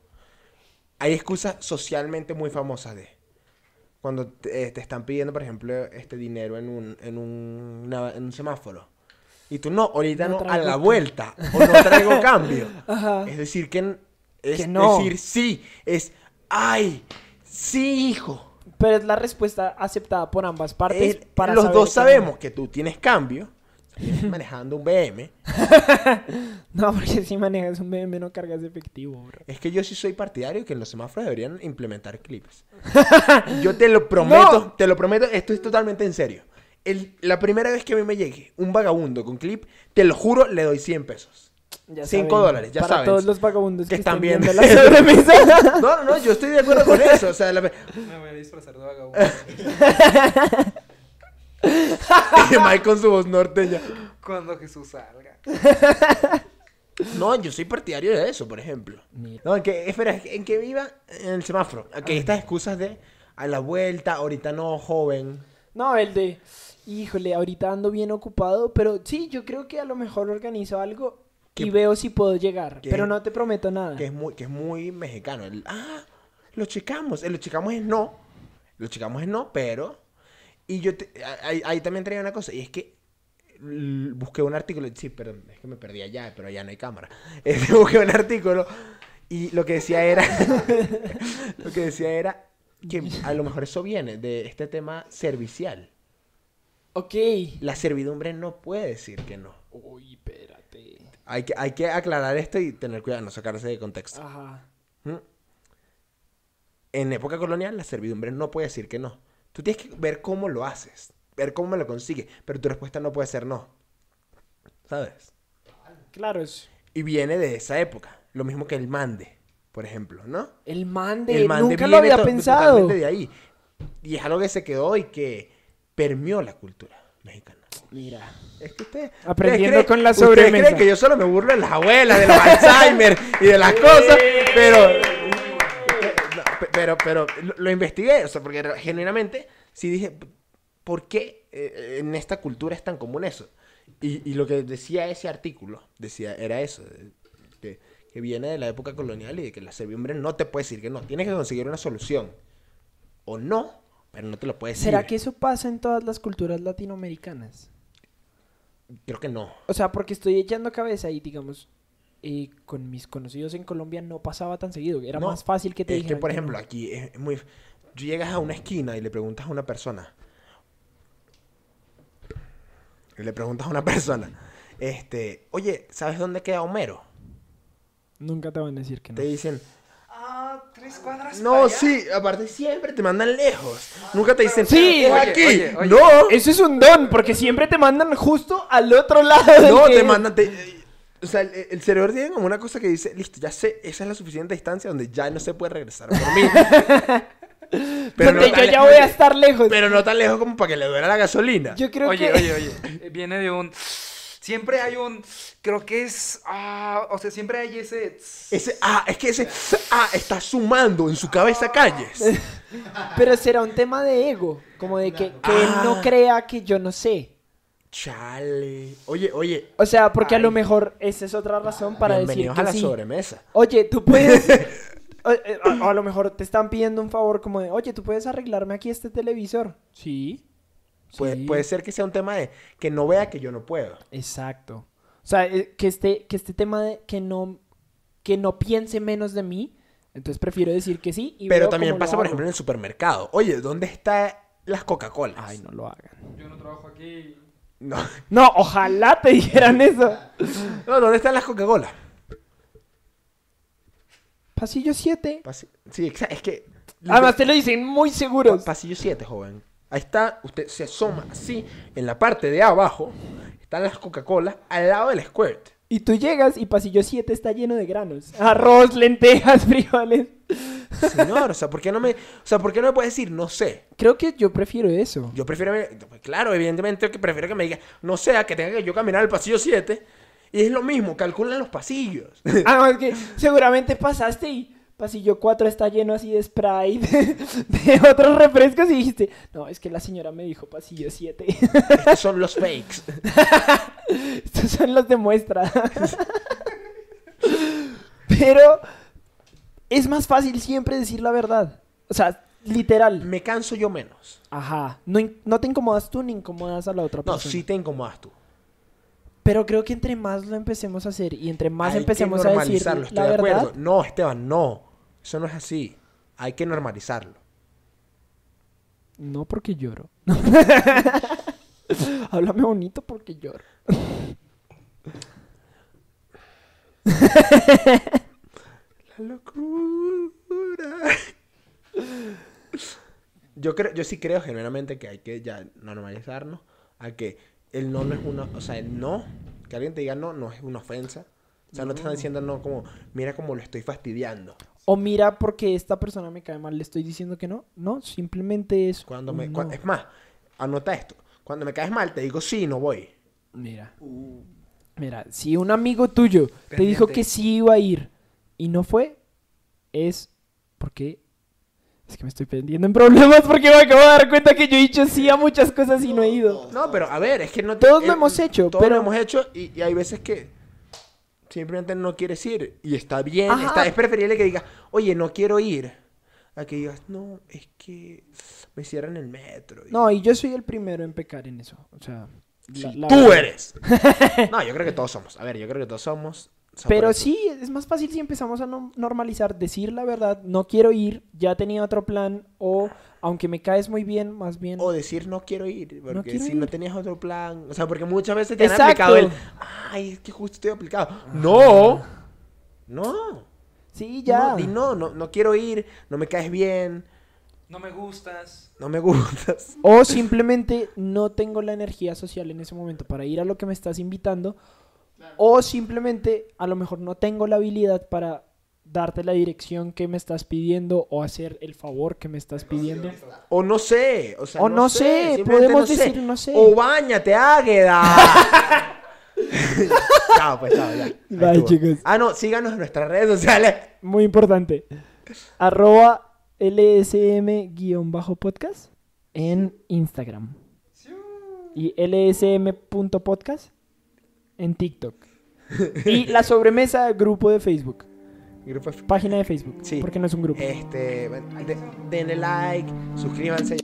S1: Hay excusas socialmente muy famosas de... Cuando te, eh, te están pidiendo, por ejemplo, este dinero en un, en un, una- en un semáforo. Y tú no, ahorita
S2: No
S1: no, a
S2: traigo
S1: la
S2: cam-
S1: vuelta. O no traigo cambio.
S2: Ajá.
S1: Es decir, que, n- es
S2: Que no.
S1: decir sí. Es, ay, sí, hijo.
S2: Pero es la respuesta aceptada por ambas partes.
S1: Eh,
S2: para
S1: los
S2: saber
S1: dos
S2: que-
S1: sabemos que tú tienes cambio. vienes manejando un BM.
S2: No, porque si manejas un BM no cargas efectivo, bro.
S1: Es que yo sí soy partidario que en los semáforos deberían implementar clips. Yo te lo prometo,
S2: No.
S1: te lo prometo, esto es totalmente en serio. El- la primera vez que a mí me llegue un vagabundo con clip, te lo juro, le doy 100 pesos.
S2: Ya
S1: Cinco
S2: saben,
S1: dólares, ya
S2: para
S1: saben.
S2: todos los vagabundos
S1: Que
S2: que,
S1: están
S2: están
S1: viendo.
S2: viendo la sobremesa.
S1: No, no, no, yo estoy de acuerdo con eso. O sea, la...
S3: Me voy a disfrazar de vagabundo.
S1: Mike con su voz norteña.
S3: Cuando Jesús salga.
S1: No, yo soy partidario de eso, por ejemplo.
S2: Mira.
S1: No, en que, espera, ¿en que viva? En el semáforo. Ok, estas excusas de a la vuelta, ahorita no, joven.
S2: No, el de, híjole, ahorita ando bien ocupado, pero sí, yo creo que a lo mejor organizo algo
S1: Que-
S2: y veo si puedo llegar,
S1: que-
S2: pero no te prometo nada.
S1: Que es muy, que es muy mexicano. El, ah, lo checamos. El lo checamos es no. Lo checamos es no, pero. Y yo te- a- ahí, ahí también traía una cosa, y es que l- busqué un artículo. Sí, perdón, es que me perdí allá, pero allá no hay cámara. Este, busqué un artículo y lo que decía era. lo que decía era que a lo mejor eso viene de este tema servicial.
S2: Ok.
S1: La servidumbre no puede decir que no.
S2: Uy, espérate.
S1: Hay que, hay que aclarar esto y tener cuidado, no sacarse de contexto.
S2: Ajá.
S1: ¿Mm? En época colonial, la servidumbre no puede decir que no. Tú tienes que ver cómo lo haces, ver cómo lo consigues, pero tu respuesta no puede ser no. ¿Sabes?
S2: Claro, es
S1: Y viene de esa época. Lo mismo que el mande, por ejemplo, ¿no?
S2: el mande.
S1: el mande
S2: Nunca lo
S1: viene
S2: había
S1: to-
S2: pensado.
S1: totalmente de ahí. Y es algo que se quedó y que permeó la cultura mexicana.
S2: Mira.
S1: Es que usted,
S2: Aprendiendo
S1: ustedes creen-
S2: con la
S1: ustedes
S2: sobremesa.
S1: creen que yo solo me burlo de las abuelas, de los Alzheimer y de las cosas, pero. eh, No, pe- Pero, pero lo, lo investigué, o sea, porque re- genuinamente sí dije, ¿por qué eh, en esta cultura es tan común eso? Y, y lo que decía ese artículo, decía, era eso, eh, que, que viene de la época colonial y de que la servidumbre no te puede decir que no, tienes que conseguir una solución, o no, pero no te lo puede decir.
S2: ¿Será que eso pasa en todas las culturas latinoamericanas?
S1: Creo que no.
S2: O sea, porque estoy echando cabeza y digamos, eh, con mis conocidos en Colombia no pasaba tan seguido. Era
S1: No,
S2: más fácil que te
S1: Es que,
S2: dijeran
S1: por
S2: que no.
S1: ejemplo, aquí es es muy... Tú llegas a una esquina y le preguntas a una persona. y Le preguntas a una persona. Este, oye, ¿sabes dónde queda Homero?
S2: Nunca te van a decir que no.
S1: Te dicen,
S3: Ah, tres cuadras. para
S1: no,
S3: allá. Ah,
S1: sí, aparte siempre te mandan lejos. Nunca te dicen,
S2: Sí.
S1: es
S2: Oye,
S1: aquí.
S3: oye, oye.
S1: No,
S2: Eso es un don, porque siempre te mandan justo al otro lado. del
S1: no,
S2: que
S1: te
S2: es.
S1: mandan. te- o sea, el, el cerebro tiene como una cosa que dice, listo, ya sé, esa es la suficiente distancia donde ya no se puede regresar por mí. no tan
S2: Donde yo
S1: lejos-
S2: ya voy a estar lejos.
S1: Pero no tan lejos como para que le duela la gasolina.
S2: Yo creo
S3: oye,
S2: que...
S3: oye, oye. eh, Viene de un. Siempre hay un. Creo que es. Ah, o sea, siempre hay ese.
S1: Ese ah, es que ese ah está sumando en su
S3: Ah.
S1: cabeza calles.
S2: Pero será un tema de ego, como de que, que él
S1: Ah.
S2: no crea que yo no sé.
S1: Chale. Oye, oye.
S2: O sea, porque a lo mejor esa es otra razón para decir
S1: bienvenidos
S2: que
S1: a la
S2: sí.
S1: sobremesa.
S2: Oye, tú puedes... O, eh, o- o a lo mejor te están pidiendo un favor como de, oye, tú puedes arreglarme aquí este televisor. pues Sí.
S1: Puede,
S2: Sí.
S1: puede ser que sea un tema de que no vea que yo no puedo.
S2: Exacto. O sea, eh, que este, que este tema de que no, que no piense menos de mí, entonces prefiero decir que sí. Y
S1: Pero
S2: veo
S1: también
S2: cómo lo
S1: pasa, por
S2: hago.
S1: ejemplo, en el supermercado. Oye, ¿dónde están las Coca-Colas?
S2: Ay, no lo hagan.
S3: Yo no trabajo aquí.
S1: no.
S2: No, ojalá te dijeran eso.
S1: No, ¿dónde están las Coca-Colas?
S2: Pasillo 7.
S1: Pasi- Sí, exa- es que.
S2: Además te lo dicen muy
S1: Pa-
S2: seguros.
S1: pasillo 7, joven. Ahí está, usted se asoma así, en la parte de abajo, están las Coca-Colas al lado del Squirt.
S2: Y tú llegas y pasillo 7 está lleno de granos. Arroz, lentejas, frijoles.
S1: Señor, o sea, ¿por qué no me, o sea, ¿por qué no me puede decir no sé?
S2: Creo que yo prefiero eso.
S1: Yo prefiero, pues, claro, evidentemente que prefiero que me diga no sé, a que tenga que yo caminar al pasillo 7 y es lo mismo, calculan los pasillos.
S2: Además Ah, que seguramente pasaste y pasillo 4 está lleno así de Sprite, de otros refrescos y dijiste, no, es que la señora me dijo pasillo 7.
S1: Estos son los fakes.
S2: Estos son los de muestra. Pero es más fácil siempre decir la verdad. O sea, literal.
S1: Me canso yo menos.
S2: Ajá. No, in- no te incomodas tú ni incomodas a la otra
S1: No,
S2: persona.
S1: sí te incomodas tú.
S2: Pero creo que entre más lo empecemos a hacer y entre más
S1: Hay que
S2: empecemos a decir
S1: normalizarlo, estoy
S2: la
S1: de acuerdo.
S2: verdad,
S1: No, Esteban, no. Eso no es así. Hay que normalizarlo.
S2: no porque lloro. Háblame bonito porque lloro.
S1: La locura. Yo creo, yo sí creo genuinamente que hay que ya normalizarnos a que el no no es una, o sea, el no, que alguien te diga no, no es una ofensa. O sea, no te están diciendo, no, como, mira cómo lo estoy fastidiando.
S2: O mira, porque esta persona me cae mal, le estoy diciendo que no. No, simplemente es.
S1: Cuando
S2: un
S1: me,
S2: no.
S1: cua- es más, anota esto. Cuando me caes mal, te digo, sí, no voy.
S2: Mira. Mira, si un amigo tuyo te dijo
S3: Pendiente.
S2: que sí iba a ir y no fue, es porque. Es que me estoy perdiendo en problemas porque me acabo de dar cuenta que yo he dicho sí a muchas cosas y no he ido.
S1: No, pero a ver, es que no
S2: Todos lo
S1: eh,
S2: hemos hecho,
S1: todos
S2: pero-
S1: lo hemos hecho y, y hay veces que simplemente no quieres ir. Y está bien,
S2: Ajá.
S1: está- es preferible que digas, oye, no quiero ir. A que digas, no, es que me cierran el metro. y-
S2: No, y yo soy el primero en pecar en eso. O sea. la- la
S1: tú
S2: verdad.
S1: eres. no, yo creo que todos somos. A ver, yo creo que todos somos. o sea, por
S2: Pero
S1: eso-
S2: sí, es más fácil si empezamos a no- normalizar, decir la verdad, no quiero ir, ya tenía otro plan, o aunque me caes muy bien, más bien...
S1: O decir no quiero ir, porque
S2: quiero
S1: si no
S2: ir.
S1: tenías otro plan. O sea, porque muchas veces te han
S2: Exacto.
S1: aplicado el. Ay, es que justo estoy aplicado. No. No.
S2: Sí, ya.
S1: No, di no, no, no quiero ir, no me caes bien,
S3: No me gustas.
S1: no me gustas.
S2: O simplemente no tengo la energía social en ese momento para ir a lo que me estás invitando, o simplemente a lo mejor no tengo la habilidad para darte la dirección que me estás pidiendo o hacer el favor que me estás pidiendo.
S1: O no sé. O, sea,
S2: O no sé,
S1: simplemente
S2: podemos decir no sé.
S1: O bañate, águeda. chao, pues chao, ya. Ahí
S2: Bye,
S1: estuvo.
S2: chicos.
S1: Ah, no, síganos en nuestras redes sociales.
S2: Muy importante. Arroba lsm-podcast en Instagram. Y lsm.podcast en TikTok. Y la sobremesa, grupo de Facebook.
S1: Grupo F-
S2: Página de Facebook.
S1: Sí.
S2: Porque no es un grupo.
S1: Este, de- denle like, suscríbanse.